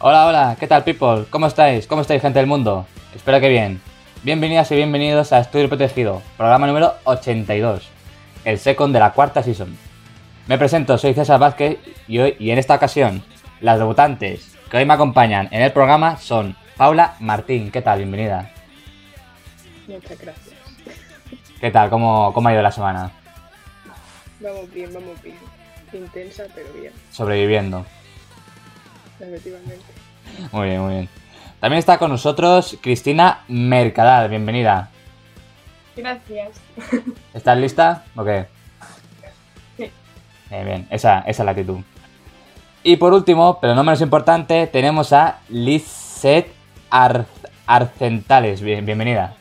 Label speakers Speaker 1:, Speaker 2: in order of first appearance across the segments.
Speaker 1: Hola, ¿qué tal people? ¿Cómo estáis? ¿Cómo estáis gente del mundo? Espero que bien. Bienvenidas y bienvenidos a Estudio Protegido, programa número 82, el second de la cuarta season. Me presento, soy César Vázquez y, hoy, y en esta ocasión las debutantes que hoy me acompañan en el programa son Paula Martín. ¿Qué tal? Bienvenida.
Speaker 2: Muchas gracias.
Speaker 1: ¿Qué tal? ¿Cómo, cómo ha ido la semana?
Speaker 2: Vamos bien, vamos bien. Intensa, pero bien,
Speaker 1: Sobreviviendo.
Speaker 2: efectivamente.
Speaker 1: Muy bien, muy bien. También está con nosotros Cristina Mercadal. Bienvenida.
Speaker 3: Gracias.
Speaker 1: ¿Estás lista o qué?
Speaker 3: Sí.
Speaker 1: Bien, bien, esa, esa es la actitud. Y por último, pero no menos importante, tenemos a Lizeth Ar- Arcentales. Bien, bienvenida.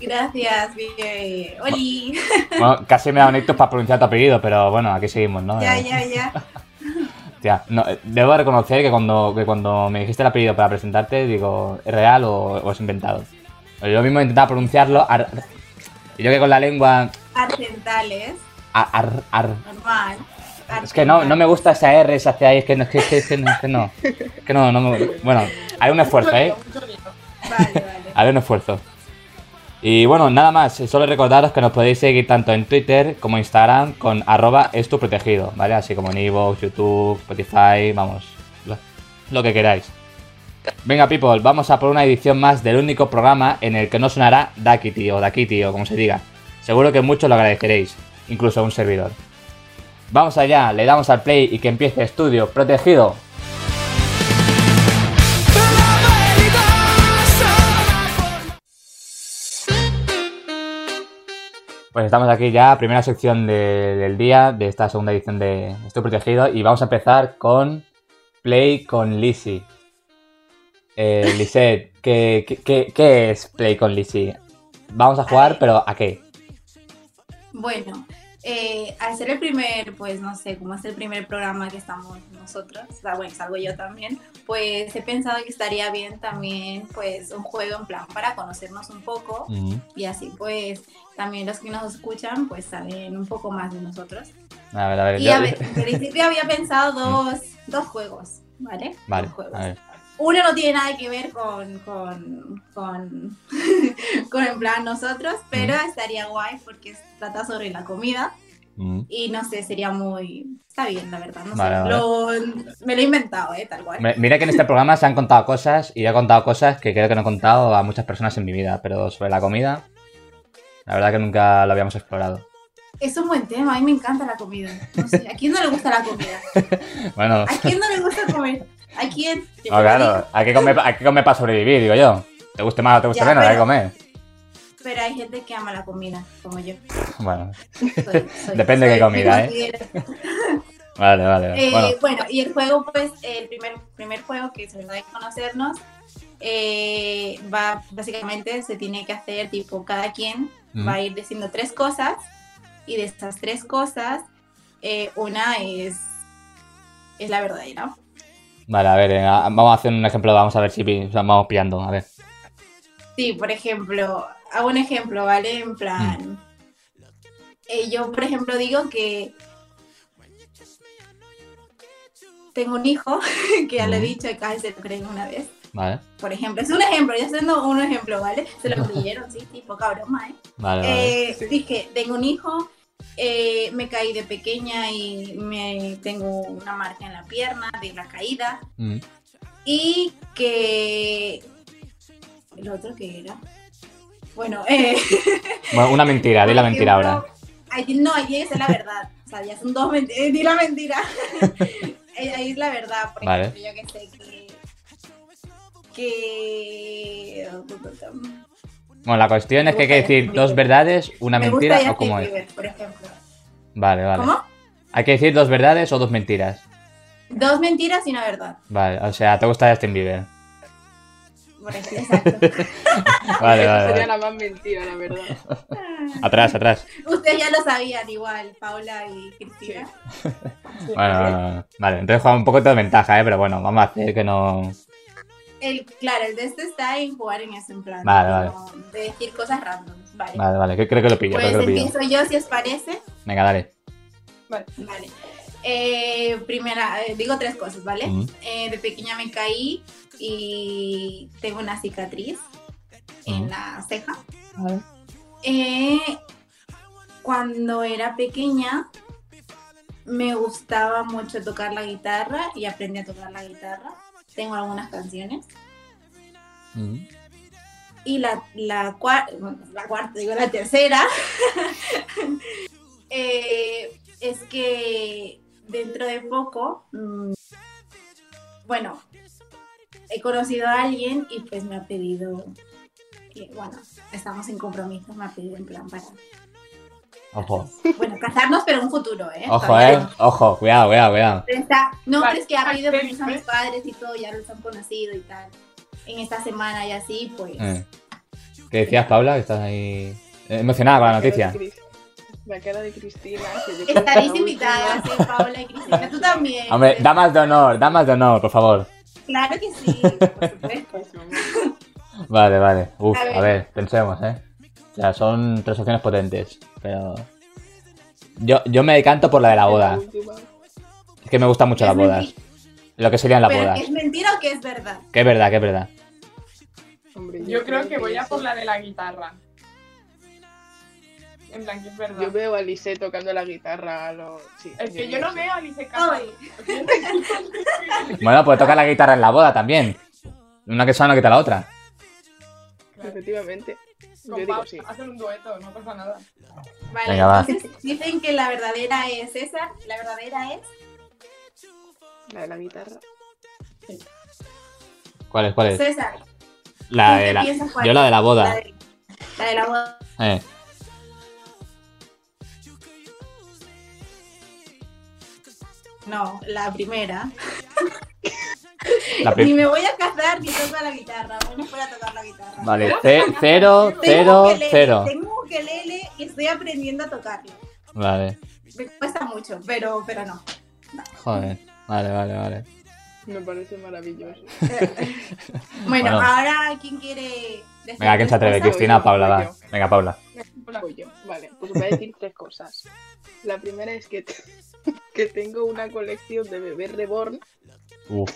Speaker 3: Gracias, bien. Oli.
Speaker 1: Bueno, casi me da un ictus para pronunciar tu apellido, pero bueno, aquí seguimos, ¿no?
Speaker 3: Ya,
Speaker 1: Eh,
Speaker 3: ya, ya.
Speaker 1: hostia, no, eh, debo reconocer que cuando, que cuando me dijiste el apellido para presentarte, digo, ¿es real o, o es inventado? Yo mismo intentaba pronunciarlo. ar- y yo que con la lengua.
Speaker 3: Arcentales,
Speaker 1: ar- ar- ar-
Speaker 3: normal.
Speaker 1: Es que no, no me gusta esa R, esa C ahí, es que no, es que, es que- es que no, es que no, es que no, no me- Bueno, haré un esfuerzo, ¿eh?
Speaker 3: Vale, vale.
Speaker 1: Haré un esfuerzo. Y bueno, nada más, solo recordaros que nos podéis seguir tanto en Twitter como Instagram con arroba estuprotegido, ¿vale? Así como en Evox, YouTube, Spotify, vamos, lo, lo que queráis. Venga, people, vamos a por una edición más del único programa en el que no sonará Dakiti o Dakiti o como se diga. Seguro que muchos lo agradeceréis, incluso a un servidor. Vamos allá, le damos al play y que empiece estudio protegido. Pues estamos aquí ya, primera sección de- del día de esta segunda edición de Estoy Protegido y vamos a empezar con Play con Lizzie. Eh, Lisette, ¿qué, qué- qué, qué es Play con Lizzie? Vamos a jugar, pero ¿a qué?
Speaker 3: Bueno, eh, al ser el primer, pues no sé, como es el primer programa que estamos nosotros, o sea, bueno, salgo yo también, pues he pensado que estaría bien también, pues un juego en plan para conocernos un poco
Speaker 1: Mm,
Speaker 3: y así, pues también los que nos escuchan, pues saben un poco más de nosotros.
Speaker 1: A ver, a ver.
Speaker 3: Y
Speaker 1: yo-
Speaker 3: a ver, en principio había pensado dos, dos juegos, ¿vale?
Speaker 1: Mm. Vale,
Speaker 3: Dos juegos.
Speaker 1: a ver.
Speaker 3: Uno no tiene nada que ver con, con, con, con en plan nosotros, pero estaría guay porque es- trata sobre la comida
Speaker 1: Mm,
Speaker 3: y no sé, sería muy... Está bien, la verdad, no
Speaker 1: Vale,
Speaker 3: sé.
Speaker 1: vale.
Speaker 3: Lo, me lo he inventado, ¿eh? Tal cual.
Speaker 1: Me- Mira que en este programa se han contado cosas y yo he contado cosas que creo que no he contado a muchas personas en mi vida, pero sobre la comida, la verdad que nunca lo habíamos explorado.
Speaker 3: Es un buen tema, a mí me encanta la comida. No sé, ¿a quién no le gusta la comida?
Speaker 1: Bueno,
Speaker 3: ¿A quién no le gusta comer? ¿A quién? Yo
Speaker 1: No,
Speaker 3: te lo
Speaker 1: Ah, claro,
Speaker 3: digo,
Speaker 1: hay que comer, hay que comer para sobrevivir, digo yo. Te guste más o te guste
Speaker 3: Ya,
Speaker 1: menos, hay que
Speaker 3: pero-
Speaker 1: comer.
Speaker 3: Pero hay gente que ama la comida, como yo.
Speaker 1: Bueno,
Speaker 3: Soy- soy-
Speaker 1: Depende de qué
Speaker 3: soy-
Speaker 1: comida, ¿eh? vale, vale. vale.
Speaker 3: Eh,
Speaker 1: bueno,
Speaker 3: bueno. y el juego, pues, el primer, primer juego que se verdad de conocernos, eh, va, básicamente se tiene que hacer tipo cada quien
Speaker 1: mm,
Speaker 3: va a ir diciendo tres cosas y de estas tres cosas, eh, una es, es la verdadera.
Speaker 1: vale, a ver, eh, a- vamos a hacer un ejemplo, vamos a ver si pi- o sea, vamos pillando, a ver.
Speaker 3: Sí, por ejemplo, hago un ejemplo, ¿vale? En plan, eh, yo, por ejemplo, digo que tengo un hijo, que ya lo he
Speaker 1: Mm.
Speaker 3: dicho y casi se lo creen una vez.
Speaker 1: Vale,
Speaker 3: por ejemplo, es un ejemplo, yo estoy dando un ejemplo, ¿vale? Se lo creyeron, sí, sí, poca broma, ¿eh?
Speaker 1: vale, vale.
Speaker 3: Eh, Dije, tengo un hijo, eh, me caí de pequeña y me tengo una marca en la pierna de la caída
Speaker 1: Mm,
Speaker 3: y que... ¿El otro que era? Bueno, eh...
Speaker 1: Bueno, una mentira, di la
Speaker 3: por
Speaker 1: mentira
Speaker 3: ejemplo,
Speaker 1: ahora.
Speaker 3: ahí- no, ahí es la verdad, o sea, ya son dos mentiras, di la mentira. ahí ahí es la verdad, por
Speaker 1: Vale.
Speaker 3: ejemplo, yo que sé que... Que...
Speaker 1: Bueno, la cuestión es que hay que
Speaker 3: Me gusta
Speaker 1: decir
Speaker 3: Justin
Speaker 1: dos
Speaker 3: Bieber.
Speaker 1: verdades, una
Speaker 3: Me
Speaker 1: mentira
Speaker 3: gusta
Speaker 1: o cómo
Speaker 3: Justin
Speaker 1: es.
Speaker 3: Bieber, por ejemplo.
Speaker 1: Vale, vale.
Speaker 3: ¿Cómo?
Speaker 1: Hay que decir dos verdades o dos mentiras.
Speaker 3: Dos mentiras y una verdad.
Speaker 1: Vale, o sea, te gusta Justin Bieber.
Speaker 3: Por ejemplo, exacto.
Speaker 1: Vale,
Speaker 2: Esa
Speaker 1: vale, vale.
Speaker 2: sería la más mentira, la verdad.
Speaker 1: Atrás, atrás.
Speaker 3: Ustedes ya lo sabían igual, Paula y Cristina.
Speaker 1: Bueno, bueno, bueno. vale, entonces juega un poco de ventaja, ¿eh? Pero bueno, vamos a hacer que no...
Speaker 3: El, claro, el de este está en jugar en ese plan.
Speaker 1: Vale, vale.
Speaker 3: como De decir cosas random. Vale.
Speaker 1: Vale, vale, que creo que lo pillo,
Speaker 3: pues
Speaker 1: creo que lo pillo.
Speaker 3: empiezo yo si os parece.
Speaker 1: Venga, dale.
Speaker 3: Vale. Eh, primera, eh, digo tres cosas, ¿vale?
Speaker 1: Ujú.
Speaker 3: Eh, de pequeña me caí y tengo una cicatriz
Speaker 1: Ujú.
Speaker 3: en la ceja. Eh, cuando era pequeña me gustaba mucho tocar la guitarra y aprendí a tocar la guitarra. Tengo algunas canciones.
Speaker 1: Ujú.
Speaker 3: Y la, la, cua- bueno, la cuarta, digo la tercera, eh, es que dentro de poco, mm, bueno, he conocido a alguien y pues me ha pedido, que, bueno, estamos en compromiso, me ha pedido en plan para
Speaker 1: Ojo,
Speaker 3: Bueno, casarnos, pero en un futuro, ¿eh?
Speaker 1: ojo,
Speaker 3: Todavía
Speaker 1: eh.
Speaker 3: no.
Speaker 1: Ojo, cuidado, cuidado, cuidado.
Speaker 3: Pero está- no,
Speaker 2: Vale,
Speaker 3: pero es que ha
Speaker 2: vale,
Speaker 3: pedido permiso a
Speaker 2: vale.
Speaker 3: mis padres y todo, ya los han conocido y tal. En esta semana y así, pues.
Speaker 1: Eh. ¿Qué decías, Paula? Que Estás ahí eh, emocionada con la
Speaker 2: cara
Speaker 1: noticia.
Speaker 2: de Cris- La cara de Cristina. que yo creo que es la
Speaker 3: Estaréis
Speaker 2: última.
Speaker 3: invitadas, ¿eh, Paola y Cristina. Tú también.
Speaker 1: Hombre,
Speaker 3: Pues,
Speaker 1: damas de honor, damas de honor, por favor.
Speaker 3: Claro que sí, por supuesto.
Speaker 2: Pues no,
Speaker 1: Vale, vale. Uf,
Speaker 3: A ver.
Speaker 1: a ver, pensemos, ¿eh? O sea, son tres opciones potentes, pero... Yo, yo me decanto por la de la boda.
Speaker 2: última.
Speaker 1: Es que me gustan mucho las
Speaker 3: Es
Speaker 1: bodas.
Speaker 3: mentira.
Speaker 1: Lo que serían las
Speaker 3: Pero,
Speaker 1: bodas.
Speaker 3: ¿Es mentira o que es verdad?
Speaker 1: Que es verdad, que es verdad.
Speaker 2: Hombre,
Speaker 4: Yo creo que voy a
Speaker 2: sí.
Speaker 4: por la de la guitarra. En plan, que es verdad.
Speaker 2: Yo veo a Lise tocando la guitarra. Lo... Sí,
Speaker 4: Es que yo no
Speaker 2: sé.
Speaker 4: veo a Alice Casa.
Speaker 3: Ay.
Speaker 1: Bueno, pues toca la guitarra en la boda también. Una que suena que quita la otra.
Speaker 2: Efectivamente. Yo
Speaker 4: Con
Speaker 2: digo
Speaker 4: Pau,
Speaker 2: sí.
Speaker 4: hacen un dueto, no pasa nada.
Speaker 3: Vale,
Speaker 1: Venga, va.
Speaker 3: entonces dicen que la verdadera es esa, la verdadera es.
Speaker 2: La de la guitarra.
Speaker 1: ¿Cuál es? ¿Cuál es?
Speaker 3: César,
Speaker 1: La
Speaker 3: ¿tú
Speaker 1: de
Speaker 3: qué
Speaker 1: Pues, la...
Speaker 3: piensas, Juan?
Speaker 1: Yo la de la
Speaker 3: la
Speaker 1: boda.
Speaker 3: de, la de la boda.
Speaker 1: Eh.
Speaker 3: No, la primera.
Speaker 1: La
Speaker 3: Ni
Speaker 1: pri-
Speaker 3: me voy a casar ni toco la guitarra. Bueno, fuera a tocar la guitarra.
Speaker 1: Vale, ce- cero, cero,
Speaker 3: ukelele,
Speaker 1: cero.
Speaker 3: Tengo un ukelele y estoy aprendiendo a tocarlo.
Speaker 1: Vale,
Speaker 3: Me cuesta mucho, pero, pero no.
Speaker 1: joder. Vale, vale, vale.
Speaker 2: Me parece maravilloso.
Speaker 1: Bueno.
Speaker 3: Bueno, ahora, ¿quién quiere decir?
Speaker 1: Venga, ¿quién se atreve?
Speaker 3: respuesta?
Speaker 1: Cristina,
Speaker 2: voy yo,
Speaker 1: Paula,
Speaker 2: voy
Speaker 1: va.
Speaker 2: yo.
Speaker 1: Venga, Paula.
Speaker 4: Hola.
Speaker 2: Voy yo. Vale, pues voy a decir tres cosas. La primera es que, te- que tengo una colección de bebés reborn.
Speaker 1: Uf,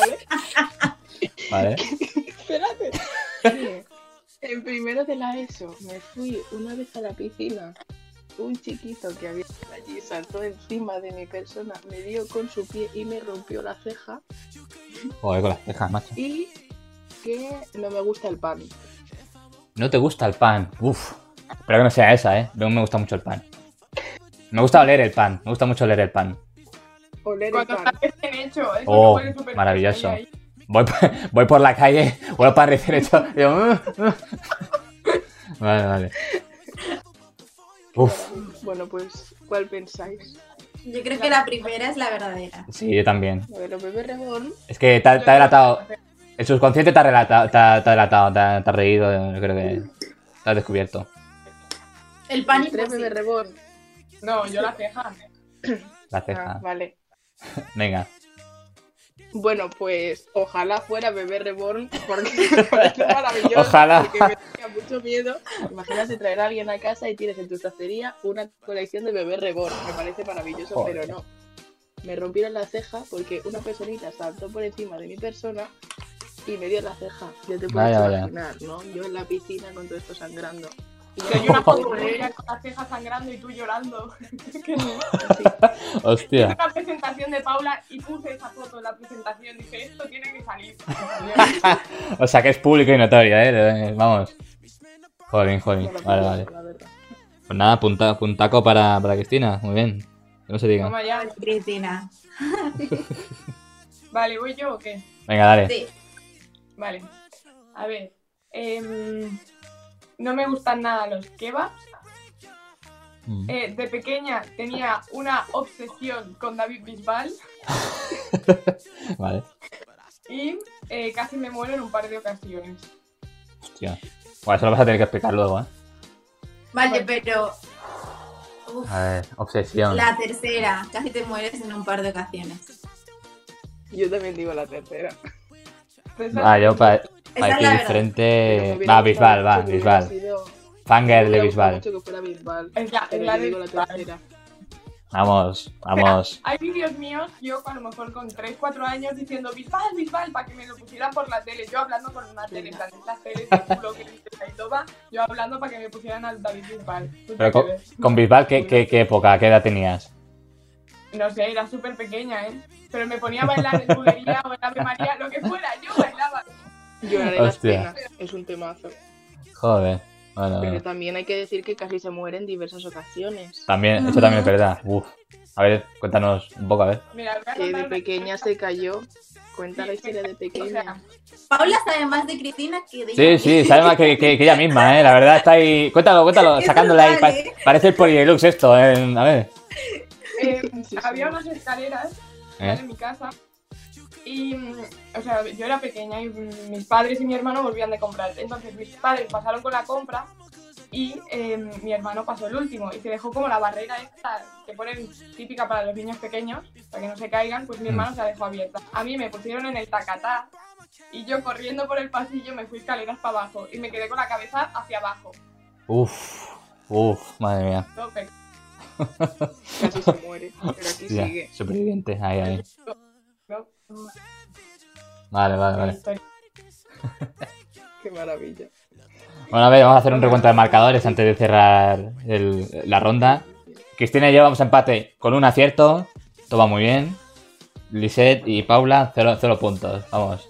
Speaker 2: ¿Vale?
Speaker 1: vale.
Speaker 2: Espérate. En primero de la ESO me fui una vez a la piscina. Un chiquito que había allí saltó encima de mi persona, me dio con su pie y me rompió la ceja.
Speaker 1: Joder, con las cejas, macho.
Speaker 2: Y que no me gusta el pan.
Speaker 1: No te gusta el pan. Uf. Espero que no sea esa, ¿eh? No me gusta mucho el pan. Me gusta oler el pan. Me gusta mucho oler el pan.
Speaker 2: Oler el
Speaker 4: Cuando
Speaker 2: pan.
Speaker 4: está recién hecho, eso
Speaker 1: Oh,
Speaker 4: no puede superar.
Speaker 1: maravilloso.
Speaker 4: Ahí, ahí.
Speaker 1: Voy, por- voy por la calle, huelo pan recién hecho. digo, "Mm, mm". Vale, vale. Uf.
Speaker 2: Bueno, pues, ¿cuál pensáis?
Speaker 3: Yo creo que la primera es la verdadera.
Speaker 1: Sí, yo también.
Speaker 2: A ver, los bebés reborn.
Speaker 1: Es que te, ha- te ha delatado. El subconsciente te ha, relata- te ha- te ha delatado, te ha, te ha reído. Yo creo que te has descubierto.
Speaker 3: El pan
Speaker 2: los tres bebés
Speaker 3: imposible.
Speaker 2: reborn.
Speaker 4: No, yo la ceja.
Speaker 1: La
Speaker 2: Ah,
Speaker 1: ceja.
Speaker 2: vale.
Speaker 1: Venga.
Speaker 2: Bueno, pues ojalá fuera bebé reborn, porque me parece maravilloso.
Speaker 1: Ojalá.
Speaker 2: Porque me da mucho miedo. Imagínate traer a alguien a casa y tienes en tu estacería una colección de bebé reborn. Me parece maravilloso,
Speaker 1: Joder.
Speaker 2: pero no. Me rompieron la ceja porque una personita saltó por encima de mi persona y me dio la ceja. Ya te puedes
Speaker 1: Vaya, vaya.
Speaker 2: imaginar, ¿no? Yo en la piscina con todo esto sangrando. Y
Speaker 4: Que hay una foto de ella con las cejas sangrando y tú llorando. Es que no.
Speaker 2: así.
Speaker 1: Hostia.
Speaker 4: una presentación de Paula y puse esa foto en la presentación. Dije, esto tiene que salir.
Speaker 1: O sea que es público y notorio, ¿eh? Vamos. Jolín, jolín. Vale, vale.
Speaker 2: La verdad.
Speaker 1: Pues nada, punta, puntaco para, para Cristina. Muy bien. Que no se diga.
Speaker 4: Toma ya.
Speaker 3: Cristina.
Speaker 4: Vale, ¿voy yo o qué?
Speaker 1: Venga, dale.
Speaker 3: Sí.
Speaker 4: Vale. A ver. em, no me gustan nada los kebabs.
Speaker 1: Mm.
Speaker 4: Eh, de pequeña tenía una obsesión con David Bisbal
Speaker 1: Vale.
Speaker 4: y eh, casi me muero en un par de ocasiones.
Speaker 1: Hostia. Bueno, eso lo vas a tener que explicar luego, ¿eh?
Speaker 3: Vale, pero. Uf,
Speaker 1: A ver, obsesión.
Speaker 3: la tercera. Casi te mueres en un par de ocasiones.
Speaker 2: Yo también digo la tercera.
Speaker 4: Entonces,
Speaker 1: Ah, yo para
Speaker 3: Esa es
Speaker 1: aquí
Speaker 3: la
Speaker 2: Pero
Speaker 3: verdad.
Speaker 2: me
Speaker 1: diferente.
Speaker 2: hubiera
Speaker 1: Eh, Va,
Speaker 2: gustado
Speaker 1: Bisbal, va,
Speaker 2: mucho que hubiera
Speaker 1: Bisbal.
Speaker 2: sido- me
Speaker 1: Fangirl de
Speaker 2: hubiera gustado
Speaker 1: Bisbal.
Speaker 2: mucho que fuera Bisbal.
Speaker 4: es la, es
Speaker 2: Pero
Speaker 4: la
Speaker 2: yo
Speaker 4: de
Speaker 2: digo la
Speaker 4: Bisbal.
Speaker 2: tercera.
Speaker 1: Vamos, vamos.
Speaker 4: Hay vídeos míos, yo a lo mejor con 3, 4 años diciendo Bisbal, Bisbal, para que me lo pusieran por la tele. Yo hablando con una tele, en plan, estas teles de culo que dice Saitoma, yo hablando para que me pusieran al David Bisbal. Puta
Speaker 1: Pero
Speaker 4: que
Speaker 1: con,
Speaker 4: ves.
Speaker 1: con Bisbal, ¿qué, qué, qué época, qué edad tenías?
Speaker 4: No sé, era súper pequeña, ¿eh? Pero me ponía a bailar en bulería o en Ave María, lo que fuera, yo bailaba.
Speaker 2: Lloraré las
Speaker 1: Hostia. Ah.
Speaker 2: penas. Es un temazo.
Speaker 1: Joder. Bueno,
Speaker 2: Pero también hay que decir que casi se muere en diversas ocasiones.
Speaker 1: también, eso también es verdad. Uf. A ver, cuéntanos un poco, a ver.
Speaker 4: Mira, voy a
Speaker 2: Que
Speaker 4: contar
Speaker 2: de
Speaker 4: una
Speaker 2: pequeña
Speaker 4: cosa.
Speaker 2: se cayó. Cuenta la historia de
Speaker 4: O
Speaker 2: pequeña.
Speaker 4: sea,
Speaker 3: Paula sabe más de Cristina que de
Speaker 1: Sí, sí, sabe más que, que- que ella misma, ¿eh? La verdad está ahí... Cuéntalo, cuéntalo,
Speaker 3: Es
Speaker 1: sacándola ahí.
Speaker 3: brutal,
Speaker 1: pa- parece el Polylux esto, ¿eh? A ver.
Speaker 4: eh,
Speaker 2: Sí,
Speaker 4: había
Speaker 2: sí.
Speaker 4: unas escaleras
Speaker 1: ¿Eh?
Speaker 4: en mi casa. Y, mm, o sea, yo era pequeña y mm, mis padres y mi hermano volvían de comprar. Entonces, mis padres pasaron con la compra y eh, mi hermano pasó el último y se dejó como la barrera esta que ponen típica para los niños pequeños, para que no se caigan, pues mi
Speaker 1: Mm.
Speaker 4: hermano se la dejó abierta. A mí me pusieron en el tacatá y yo corriendo por el pasillo me fui escaleras para abajo y me quedé con la cabeza hacia abajo.
Speaker 1: Uf. Uf, madre mía.
Speaker 4: Tope.
Speaker 2: Casi se muere. Pero aquí
Speaker 1: Ya,
Speaker 2: sigue.
Speaker 1: superviviente, ahí, ahí.
Speaker 4: ¿no?
Speaker 1: Vale, vale, vale.
Speaker 4: Historia.
Speaker 2: Qué maravilla.
Speaker 1: Bueno, a ver, vamos a hacer un recuento de marcadores antes de cerrar el- la ronda. Cristina y yo vamos a empate con un acierto. Todo va muy bien. Lisette y Paula, cero, cero puntos. Vamos.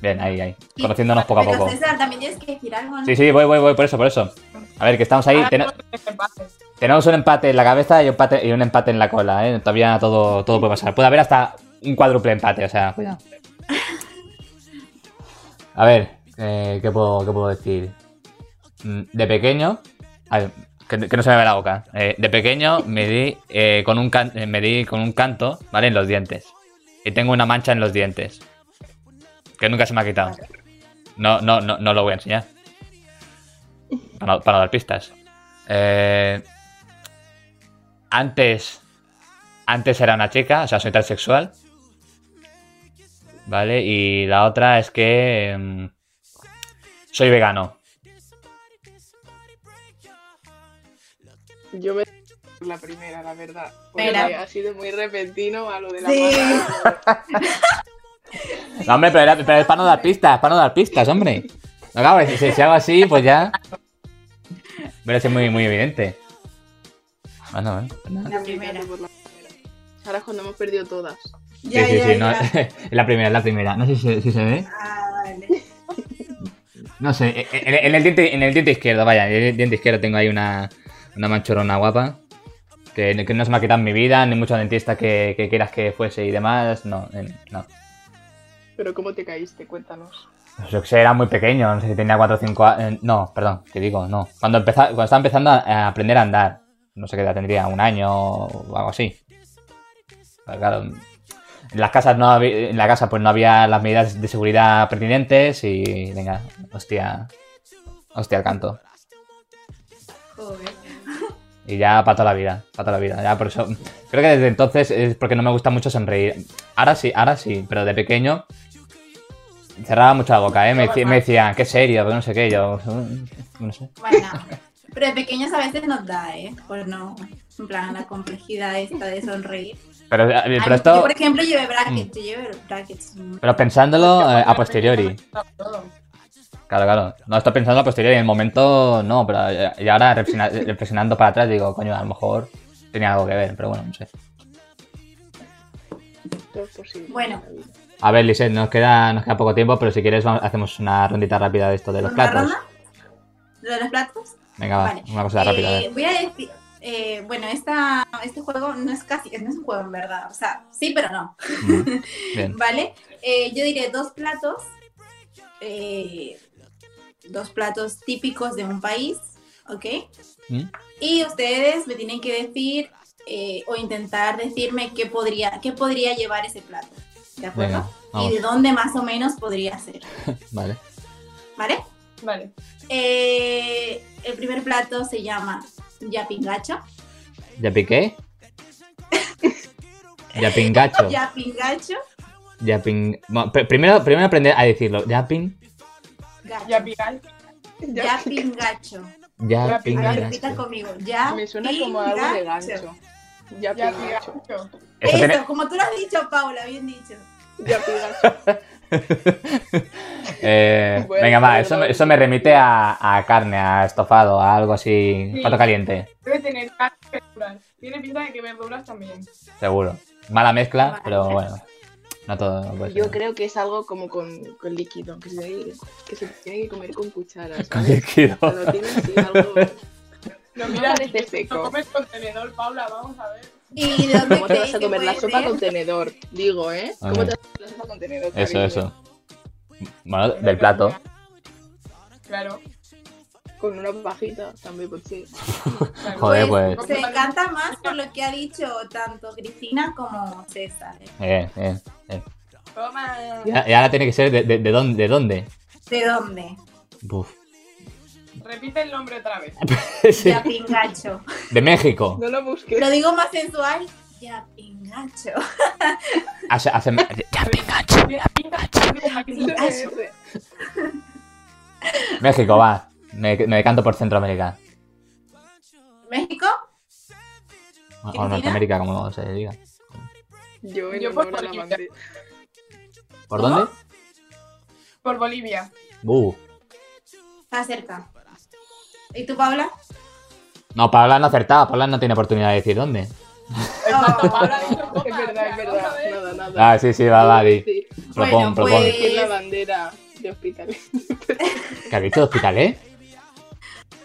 Speaker 1: Bien, ahí, ahí. Conociéndonos poco a
Speaker 3: Pero
Speaker 1: poco.
Speaker 3: César, también tienes que girar con...
Speaker 1: Sí, sí, voy, voy, voy, por eso, por eso. A ver, que estamos ahí.
Speaker 4: Ahora
Speaker 1: Ten-
Speaker 4: tengo tres empates.
Speaker 1: tenemos un empate en la cabeza y un empate, y un empate en la cola, ¿eh? Todavía todo, todo puede pasar. Puede haber hasta un cuádruple empate, o sea, cuidado. A ver, eh, ¿qué, puedo, ¿qué puedo decir? Mm, De pequeño. a ver, que, que no se me ve la boca. Eh, de pequeño me di, eh, con un can- eh, me di con un canto, ¿vale? En los dientes. Y tengo una mancha en los dientes. Que nunca se me ha quitado. No, no, no, no lo voy a enseñar. Para, no- para no dar pistas. Eh, antes. Antes era una chica, o sea, soy transexual. ¿Vale? Y la otra es que. em, soy vegano.
Speaker 2: Yo me. La primera, la verdad. Porque
Speaker 3: Espera.
Speaker 2: ha sido muy repentino a lo de la
Speaker 3: Sí.
Speaker 2: mano.
Speaker 1: No, hombre, pero, era- pero es para no dar pistas, para no dar pistas, hombre. No, claro, si, si hago así, pues ya. Pero es muy, muy evidente. Bueno, bueno. pues nada.
Speaker 3: La primera.
Speaker 2: Por la primera. Ahora es cuando hemos perdido todas.
Speaker 1: Sí,
Speaker 3: Ya,
Speaker 1: sí,
Speaker 3: ya,
Speaker 1: sí, no,
Speaker 3: ya.
Speaker 1: es la primera, es la primera. No sé si, se- si se ve.
Speaker 3: Ah, vale.
Speaker 1: No sé, e, en, en el diente, en el diente izquierdo, vaya, en el diente izquierdo tengo ahí una, una manchorona guapa. Que, que no se me ha quitado en mi vida, ni mucho dentista que, que quieras que fuese y demás. No, en- no.
Speaker 2: Pero ¿cómo te caíste? Cuéntanos.
Speaker 1: Yo que sé, era muy pequeño, no sé si tenía 4 o 5 años. No, perdón, que digo, no. Cuando, empeza- cuando estaba empezando a, a aprender a andar, no sé qué edad tendría, un año o algo así. Pero claro, en las casas no había, en la casa pues no había las medidas de seguridad pertinentes y venga, hostia, hostia al canto.
Speaker 3: Joder.
Speaker 1: Y ya para toda la vida, para toda la vida. Ya por eso. Creo que desde entonces es porque no me gusta mucho sonreír. Ahora sí, ahora sí, pero de pequeño cerraba mucho la boca, ¿eh? Me, deci- me decían, qué serio, pero no sé qué. Yo, "Mm, no sé.
Speaker 3: Bueno, pero de pequeños a veces nos da, ¿eh? Por no, en plan, la complejidad esta de sonreír.
Speaker 1: Pero, eh,
Speaker 3: Ay,
Speaker 1: pero
Speaker 3: Yo,
Speaker 1: esto,
Speaker 3: por ejemplo, llevé brackets, yo llevé brackets.
Speaker 1: Mm. pero pensándolo eh, a posteriori.
Speaker 4: Todo.
Speaker 1: Claro, claro. No estoy pensando a posteriori. En el momento no, pero eh, y ahora reflexiona- reflexionando para atrás digo, coño, a lo mejor tenía algo que ver, pero bueno, no sé.
Speaker 2: Todo es posible.
Speaker 3: Bueno.
Speaker 1: A ver, Lisette, nos queda, nos queda poco tiempo, pero si quieres vamos- hacemos una rondita rápida de esto de los
Speaker 3: ¿Una
Speaker 1: platos.
Speaker 3: ronda? ¿Lo de los platos?
Speaker 1: Venga, va,
Speaker 3: Vale.
Speaker 1: una cosa
Speaker 3: Eh,
Speaker 1: rápida. a ver.
Speaker 3: voy a decir, eh, bueno, esta, este juego no es casi, no es un juego en verdad, o sea, sí, pero no,
Speaker 1: Mm, Bien.
Speaker 3: ¿vale? Eh, yo diré dos platos, eh, dos platos típicos de un país, ¿ok?
Speaker 1: Mm.
Speaker 3: Y ustedes me tienen que decir eh, o intentar decirme qué podría, qué podría llevar ese plato, ¿de acuerdo?
Speaker 1: Venga, vamos.
Speaker 3: Y de dónde más o menos podría ser,
Speaker 1: Vale.
Speaker 3: ¿vale?
Speaker 4: Vale.
Speaker 3: Eh, el primer plato se llama yapingacho.
Speaker 1: ¿Ya piqué? Ya pingacho.
Speaker 3: Yapingacho.
Speaker 1: Ya pin... Bueno, pr- primero, primero aprender a decirlo. Ya pin.
Speaker 4: Ya
Speaker 3: Gacho.
Speaker 4: viral.
Speaker 3: Yapingacho.
Speaker 1: Ya
Speaker 4: Ya pin-
Speaker 3: A ver,
Speaker 1: pingacho.
Speaker 3: repita conmigo. Ya.
Speaker 2: Me suena como algo de gancho. Ah, Ya
Speaker 4: Ya
Speaker 2: Pikachu.
Speaker 4: Pikachu.
Speaker 1: Eso
Speaker 3: Eso,
Speaker 1: tiene-
Speaker 3: como tú lo has dicho, Paula, bien dicho.
Speaker 2: Ya Pikachu.
Speaker 1: eh,
Speaker 2: Bueno,
Speaker 1: venga, va,
Speaker 2: bueno,
Speaker 1: eso, me-
Speaker 2: bueno.
Speaker 1: eso me remite a, a carne, a estofado, a algo así,
Speaker 4: Sí.
Speaker 1: plato caliente,
Speaker 4: Debe tener cara de verduras. Tiene pinta de que verduras también.
Speaker 1: seguro. Mala mezcla,
Speaker 3: Vale.
Speaker 1: pero bueno, no todo puede
Speaker 2: Yo
Speaker 1: ser.
Speaker 2: creo que es algo como con, con líquido, que se, tiene que- que se tiene que comer con cucharas.
Speaker 1: Con
Speaker 2: ¿sabes?
Speaker 1: líquido.
Speaker 2: Cuando tienes así algo.
Speaker 4: No,
Speaker 2: No
Speaker 4: mira,
Speaker 2: parece
Speaker 4: si
Speaker 2: seco.
Speaker 4: Lo comes con tenedor, Paula, vamos a ver.
Speaker 3: ¿Y de dónde
Speaker 2: ¿Cómo te vas
Speaker 3: creéis
Speaker 2: a
Speaker 3: que
Speaker 2: comer la
Speaker 3: puede
Speaker 2: sopa
Speaker 3: ser?
Speaker 2: con tenedor? Digo, ¿eh?
Speaker 1: A
Speaker 2: ¿Cómo
Speaker 1: ver.
Speaker 2: te vas a comer la sopa con tenedor?
Speaker 1: Eso,
Speaker 2: cariño?
Speaker 1: eso. Bueno, del plato.
Speaker 4: Claro.
Speaker 2: Con una pajita también, por sí.
Speaker 4: claro.
Speaker 1: Joder, pues.
Speaker 3: Se encanta más por lo que ha dicho tanto Cristina como César. ¿eh?
Speaker 1: Bien, bien.
Speaker 4: Toma.
Speaker 1: Y ahora tiene que ser de, de- de dónde. De dónde.
Speaker 3: ¿De dónde?
Speaker 1: Uf.
Speaker 4: Repite el nombre otra vez.
Speaker 1: Sí,
Speaker 3: Ya pingacho.
Speaker 1: De México.
Speaker 2: No lo busques.
Speaker 3: Lo digo más sensual. Ya pingacho.
Speaker 1: Hace- hace-
Speaker 4: Tiene pinta de-
Speaker 1: México, va. Me, me decanto por Centroamérica.
Speaker 3: ¿México?
Speaker 1: O- O Norteamérica, como se diga.
Speaker 2: Yo en
Speaker 4: Yo por
Speaker 2: honor a la
Speaker 4: Bolivia.
Speaker 2: bandera.
Speaker 1: ¿Por
Speaker 3: ¿Cómo?
Speaker 1: dónde?
Speaker 4: Por Bolivia.
Speaker 1: Uh.
Speaker 3: Está cerca. ¿Y tú, Paula?
Speaker 1: No, Paula no acertaba. Paula no tiene oportunidad de decir dónde.
Speaker 3: Oh.
Speaker 4: Exacto, Paula ha dicho
Speaker 2: Es
Speaker 4: copa,
Speaker 2: verdad,
Speaker 4: o
Speaker 2: es
Speaker 4: sea, vamos a
Speaker 2: verdad.
Speaker 4: ver.
Speaker 2: Nada, nada.
Speaker 1: Ah, sí, sí, va, va, di.
Speaker 2: Sí,
Speaker 1: Propon,
Speaker 3: Bueno,
Speaker 1: propon.
Speaker 3: pues-
Speaker 2: es la bandera de hospitales.
Speaker 1: ¿Qué ha dicho? ¿Hospitalet?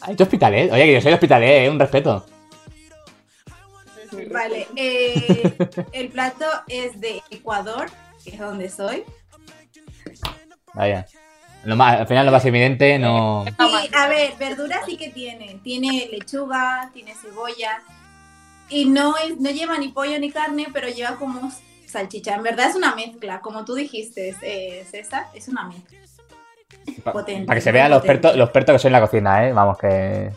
Speaker 1: ¿Ha dicho hospitalet? Oye, que yo soy de hospitalet, eh, un respeto.
Speaker 3: Vale. eh, el plato es de Ecuador, que es donde soy.
Speaker 1: Vaya. Lo más, al final lo más evidente no.
Speaker 3: Y a ver, verduras sí que tiene. Tiene lechuga, tiene cebolla. Y no, es, no lleva ni pollo ni carne, pero lleva como salchicha. En verdad es una mezcla, como tú dijiste, eh, César, es una mezcla.
Speaker 1: Pa-
Speaker 3: Potente,
Speaker 1: para que se vean los
Speaker 3: potente.
Speaker 1: expertos, los expertos que soy en la cocina, ¿eh? Vamos, que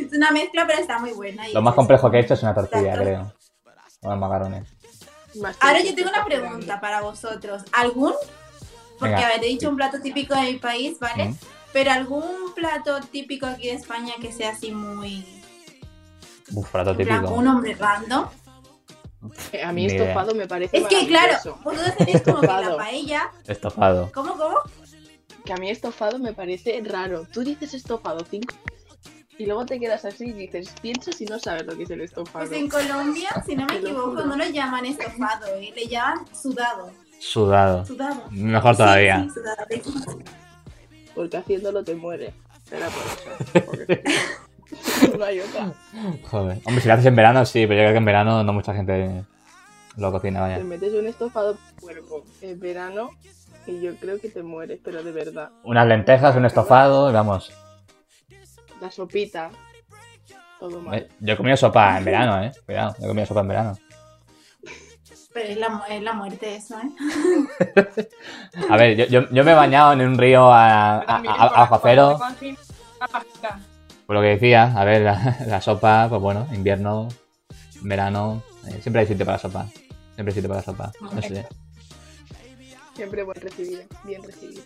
Speaker 3: Es una mezcla, pero está muy buena. y
Speaker 1: lo
Speaker 3: es
Speaker 1: más
Speaker 3: eso.
Speaker 1: complejo que he hecho es una tortilla,
Speaker 3: Exacto.
Speaker 1: creo. Unos macarrones.
Speaker 2: Más
Speaker 3: Ahora
Speaker 2: que
Speaker 3: yo tengo una pregunta para vosotros. ¿Algún? Porque
Speaker 1: Venga.
Speaker 3: habéis dicho un plato típico de mi país, ¿vale?
Speaker 1: Mm.
Speaker 3: Pero algún plato típico aquí de España que sea así muy...
Speaker 1: Mm. Uf, plato
Speaker 3: en plan,
Speaker 1: típico.
Speaker 3: un hombre random.
Speaker 2: Eh, A mí
Speaker 1: Ni idea.
Speaker 2: estofado me parece
Speaker 3: Es que claro,
Speaker 2: maravilloso.
Speaker 3: vosotros tenéis como que la
Speaker 2: Estofado.
Speaker 3: paella...
Speaker 1: Estofado.
Speaker 3: ¿Cómo, cómo?
Speaker 2: Que a mí estofado me parece raro. Tú dices estofado cinco y luego te quedas así y dices, pienso si no sabes lo que es el estofado.
Speaker 3: Pues en Colombia, si no me
Speaker 2: Te lo
Speaker 3: equivoco,
Speaker 2: juro.
Speaker 3: no lo llaman estofado, ¿eh? le llaman sudado.
Speaker 1: Sudado.
Speaker 3: Sudado.
Speaker 1: Mejor
Speaker 3: Sí,
Speaker 1: todavía.
Speaker 3: sí, sudado.
Speaker 2: Porque haciéndolo te mueres. Será por eso. Porque- no hay otra.
Speaker 1: Joder. Hombre, si lo haces en verano, sí, pero yo creo que en verano no mucha gente lo cocina,
Speaker 2: Te
Speaker 1: vaya.
Speaker 2: metes un estofado por el cuerpo en verano y yo creo que te mueres, pero de verdad.
Speaker 1: Unas lentejas, un estofado, y vamos.
Speaker 2: La sopita. Todo mal.
Speaker 1: Eh, Yo he comido sopa en verano, ¿eh? Cuidado, yo he comido sopa en verano.
Speaker 3: Pero es la, mu- es la muerte eso, ¿eh?
Speaker 1: A ver, yo, yo, yo me he bañado en un río a, a, a, a- a bajo cero,
Speaker 4: Una pajita.
Speaker 1: por lo que decía. A ver, la, la sopa, pues bueno, invierno, verano, eh, siempre hay sitio para la sopa. Siempre hay sitio para la sopa, no sé.
Speaker 2: Siempre buen recibido. Bien recibido.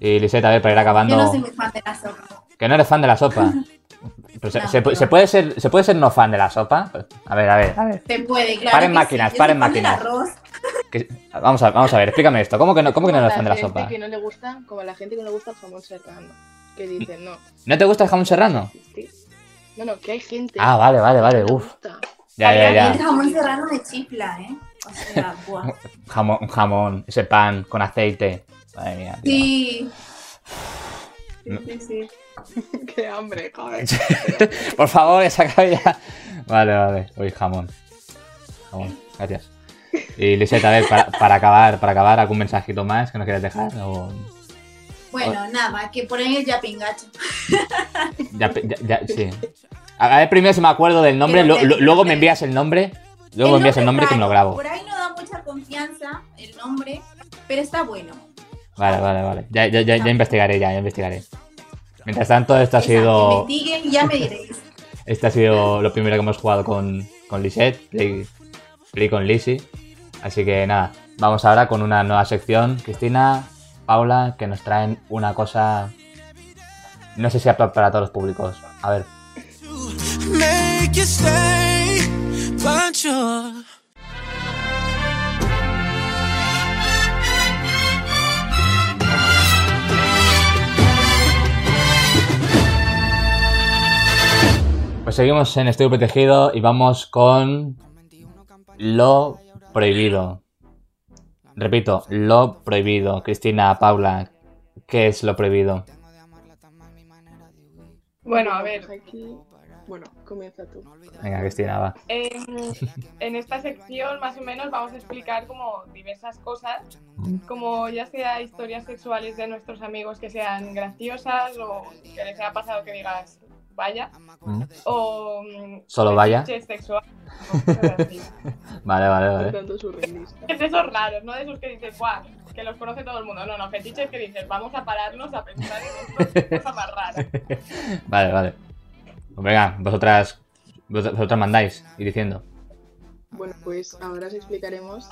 Speaker 1: Y Liseta, a ver, para ir
Speaker 3: Yo no
Speaker 1: acabando,
Speaker 3: soy muy fan de la sopa.
Speaker 1: que no eres fan de la sopa. Pero se,
Speaker 3: No,
Speaker 1: se pu-
Speaker 3: no.
Speaker 1: se puede ser, ¿Se puede ser no fan de la sopa? Pues, A ver, a ver, a ver.
Speaker 3: Se puede, claro.
Speaker 1: Paren
Speaker 3: que
Speaker 1: máquinas,
Speaker 3: sí. Yo
Speaker 1: paren
Speaker 3: soy fan del
Speaker 1: máquinas.
Speaker 3: arroz.
Speaker 1: Que- vamos, a, vamos a ver, explícame esto. ¿Cómo que no, cómo que no eres fan de la
Speaker 2: gente
Speaker 1: sopa?
Speaker 2: que no le gusta, como a la gente que no le gusta el jamón serrano. Que dicen, no.
Speaker 1: ¿No te gusta el jamón serrano?
Speaker 2: sí. No, no, que hay gente.
Speaker 1: Ah, vale, vale, vale,
Speaker 2: que no le
Speaker 1: uff.
Speaker 2: gusta.
Speaker 1: Ya, ya,
Speaker 3: Y el
Speaker 1: ya.
Speaker 3: jamón serrano me chifla, ¿eh? O sea, buah.
Speaker 1: Jamón, jamón, ese pan con aceite. Madre mía. tío.
Speaker 3: Sí.
Speaker 1: No.
Speaker 3: Sí, sí, sí.
Speaker 2: Qué hambre, joder.
Speaker 1: Por favor, esa ya. Vale, vale. Uy, jamón. Jamón, gracias. Y Liseta, a ver, para, para acabar, para acabar, algún mensajito más que nos quieras dejar. O...
Speaker 3: Bueno, nada, que por ahí es ya pingacho.
Speaker 1: Ya, pe- ya- ya, sí. A ver, primero si me acuerdo del nombre, lu- lu- luego me envías el nombre. Luego me envías el nombre que me lo
Speaker 3: raro,
Speaker 1: grabo.
Speaker 3: Por ahí no da mucha confianza el nombre, pero está bueno.
Speaker 1: Vale, vale, vale. Ya, ya, ya, ya investigaré, ya, ya investigaré. Mientras tanto, esto ha
Speaker 3: Exacto,
Speaker 1: sido.
Speaker 3: Investiguen y ya me diréis.
Speaker 1: Este ha sido lo primero que hemos jugado con, con Lisette, play, play con Lizzy. Así que nada, vamos ahora con una nueva sección. Cristina, Paula, que nos traen una cosa. No sé si apta para todos los públicos. A ver,
Speaker 5: Make you stay. Pancho.
Speaker 1: Pues seguimos en Estudio Protegido y vamos con lo prohibido. Repito, lo prohibido. Cristina, Paula, ¿qué es lo prohibido?
Speaker 4: Bueno, a ver.
Speaker 2: Aquí... Bueno, comienza tú.
Speaker 1: Venga, Cristina, va.
Speaker 4: En, en esta sección, más o menos, vamos a explicar como diversas cosas, como ya sea historias sexuales de nuestros amigos que sean graciosas o que les haya pasado que digas vaya,
Speaker 1: Mm.
Speaker 4: o mm,
Speaker 1: Solo vaya.
Speaker 4: fetiches sexuales, o cosas así.
Speaker 1: Vale, vale, vale.
Speaker 2: Contando su relista.
Speaker 4: Es de esos raros, no de esos que dices, guau, que los conoce todo el mundo. No, no, fetiches que dices, vamos a pararnos a pensar en esto, cosa más rara.
Speaker 1: Vale, vale. Pues venga, vosotras, vos- vosotras mandáis y diciendo.
Speaker 2: Bueno, pues ahora os explicaremos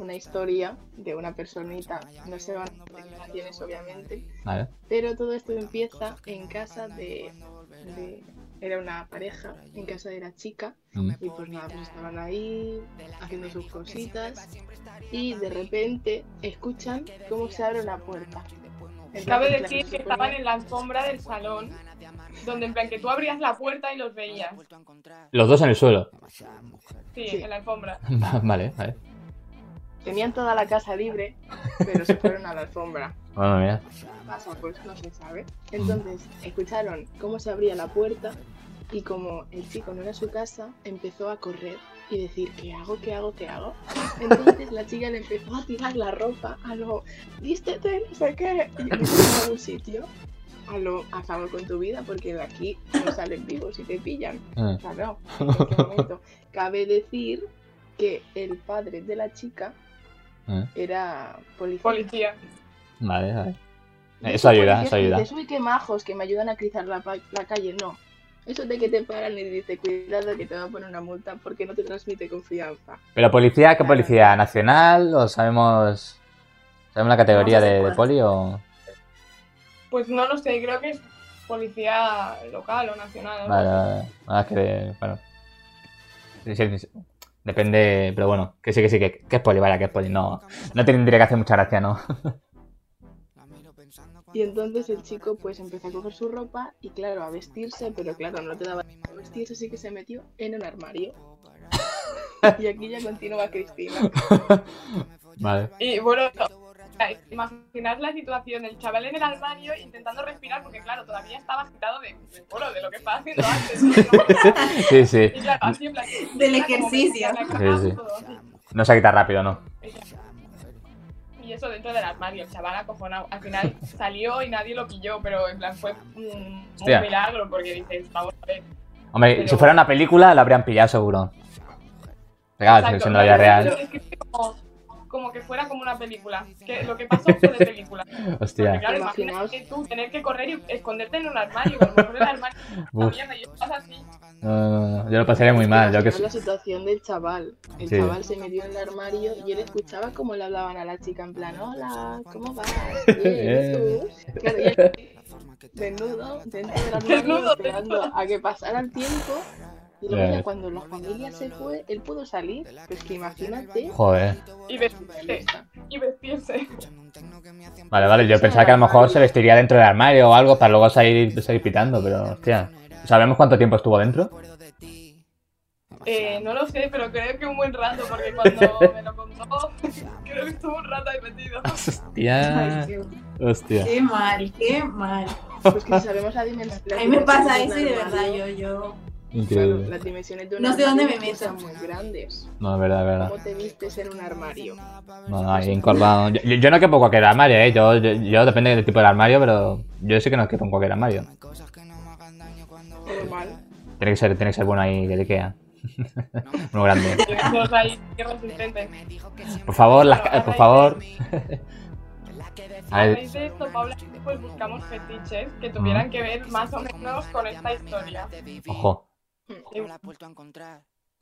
Speaker 2: una historia de una personita. No se van a decir quién la tienes, obviamente.
Speaker 1: Vale.
Speaker 2: Pero todo esto empieza en casa de, de- Era una pareja, en casa de la chica.
Speaker 1: Mm.
Speaker 2: Y pues nada, pues estaban ahí haciendo sus cositas. Y de repente escuchan cómo se abre una puerta. Entonces,
Speaker 4: Cabe
Speaker 2: claro,
Speaker 4: decir
Speaker 2: se
Speaker 4: que
Speaker 2: ponen-
Speaker 4: estaban en la alfombra del salón, donde en plan que tú abrías la puerta y los veías.
Speaker 1: Los dos en el suelo.
Speaker 4: Sí,
Speaker 2: Sí.
Speaker 4: en la alfombra.
Speaker 1: vale, vale.
Speaker 2: Tenían toda la casa libre, pero se fueron a la alfombra.
Speaker 1: Bueno, mira.
Speaker 2: pasa, pues no se sabe. Entonces, escucharon cómo se abría la puerta y como el chico no era su casa, empezó a correr y decir, ¿qué hago? ¿Qué hago? ¿Qué hago? Entonces la chica le empezó a tirar la ropa a lo, vístete, no sé qué, y le puso a algún sitio. A lo, acabo con tu vida porque de aquí no sales vivo si te pillan.
Speaker 1: Mm.
Speaker 2: O sea, no, en qué momento. Cabe decir que el padre de la chica
Speaker 1: Mm.
Speaker 2: era policía.
Speaker 4: Policía.
Speaker 1: Vale, vale. Eso
Speaker 2: Y esos
Speaker 1: ayuda,
Speaker 2: policías
Speaker 1: eso
Speaker 2: que
Speaker 1: ayuda.
Speaker 2: Dices, uy, qué majos, que me ayudan a cruzar la, pa- la calle. No. Eso de que te paran y dice, cuidado, que te va a poner una multa porque no te transmite confianza.
Speaker 1: Pero policía, ¿qué
Speaker 2: Claro.
Speaker 1: policía? ¿Nacional o sabemos sabemos la categoría de, de poli o...?
Speaker 4: Pues no lo sé, creo que es policía local o nacional. algo
Speaker 1: Vale,
Speaker 4: así.
Speaker 1: vale, vale. Ah, que, bueno. Sí, sí, sí. Depende, pero bueno, que sí, que sí, que, que es poli, vaya, que es poli. No, no te tendría que hacer mucha gracia, ¿no?
Speaker 2: Y entonces el chico pues empezó a coger su ropa y claro, a vestirse, pero claro, no te daba tiempo a vestirse, así que se metió en un armario. y aquí ya continúa Cristina.
Speaker 1: Vale.
Speaker 4: Y bueno, imaginar la situación del chaval en el armario intentando respirar, porque claro, todavía estaba agitado de, de, bueno, de lo que estaba haciendo antes. ¿no?
Speaker 1: Sí, sí.
Speaker 4: Y claro, así en plan, que-
Speaker 3: Del
Speaker 4: era como que
Speaker 3: ejercicio.
Speaker 4: tenía que acabar
Speaker 1: Sí, sí.
Speaker 4: todo así.
Speaker 1: No se quita rápido, ¿no?
Speaker 4: Y eso dentro del armario, el chaval acojonado. Al final salió y nadie lo pilló, pero en plan fue un,
Speaker 1: Hostia.
Speaker 4: un milagro, porque dices, vamos a ver.
Speaker 1: Hombre,
Speaker 4: Pero-
Speaker 1: si fuera una película la habrían pillado seguro. Claro,
Speaker 4: Exacto,
Speaker 1: siendo la vida
Speaker 4: claro,
Speaker 1: real.
Speaker 4: es que como, como que fuera como una película. Que lo que pasó fue de película. Porque
Speaker 1: Hostia.
Speaker 4: claro,
Speaker 2: Imaginaos.
Speaker 4: imagínate que tú tener que correr y esconderte en un armario. A lo mejor el armario es una
Speaker 1: Uf.
Speaker 4: mierda y estás así.
Speaker 1: No, no, no, yo lo pasaría muy mal. Yo que
Speaker 2: Imaginaos La situación del chaval. El
Speaker 1: Sí.
Speaker 2: chaval se metió en el armario y él escuchaba cómo le hablaban a la chica en plan, hola, ¿cómo vas? Bien, ¿y tú?". Claro, y él desnudo, dentro del armario,
Speaker 4: Desnudo,
Speaker 2: esperando a que pasara el tiempo. Y luego
Speaker 1: Ya
Speaker 2: ya
Speaker 1: ves.
Speaker 2: cuando la familia se fue, él pudo salir. Pues que imagínate.
Speaker 1: Joder.
Speaker 4: Y vestirse. Y vestirse.
Speaker 1: Vale, vale, yo pensaba que a lo mejor se vestiría dentro del armario o algo para luego salir, salir pitando, pero hostia. ¿Sabemos cuánto tiempo estuvo dentro?
Speaker 4: Eh, no lo sé, pero creo que un buen rato, porque cuando me lo contó, creo que estuvo un rato ahí metido.
Speaker 1: Hostia.
Speaker 3: Ay,
Speaker 1: Hostia.
Speaker 3: qué mal, qué mal.
Speaker 2: Pues que sabemos la dimensión.
Speaker 3: A mí me pasa eso y de verdad yo, yo.
Speaker 2: Claro,
Speaker 1: Increíble.
Speaker 2: las dimensiones de un
Speaker 3: No sé dónde
Speaker 2: armario
Speaker 3: me
Speaker 2: son
Speaker 3: meto.
Speaker 2: muy grandes.
Speaker 1: No, es verdad, es verdad.
Speaker 2: ¿Cómo te vistes en un armario?
Speaker 1: No, no, ahí encorvado. Yo, yo- yo no quepo en cualquier armario, eh. Yo, yo, yo depende del tipo de armario, pero yo sí que no quepo en cualquier armario.
Speaker 2: Normal.
Speaker 1: Tiene que ser, tiene que ser bueno ahí del Ikea. Uno grande.
Speaker 4: Y todos ahí, que resistentes.
Speaker 1: Por favor, las, ca- por favor. A ver,
Speaker 4: Antes de esto, Paula, y yo, pues buscamos fetiches que tuvieran que ver más o menos con esta historia.
Speaker 1: ojo.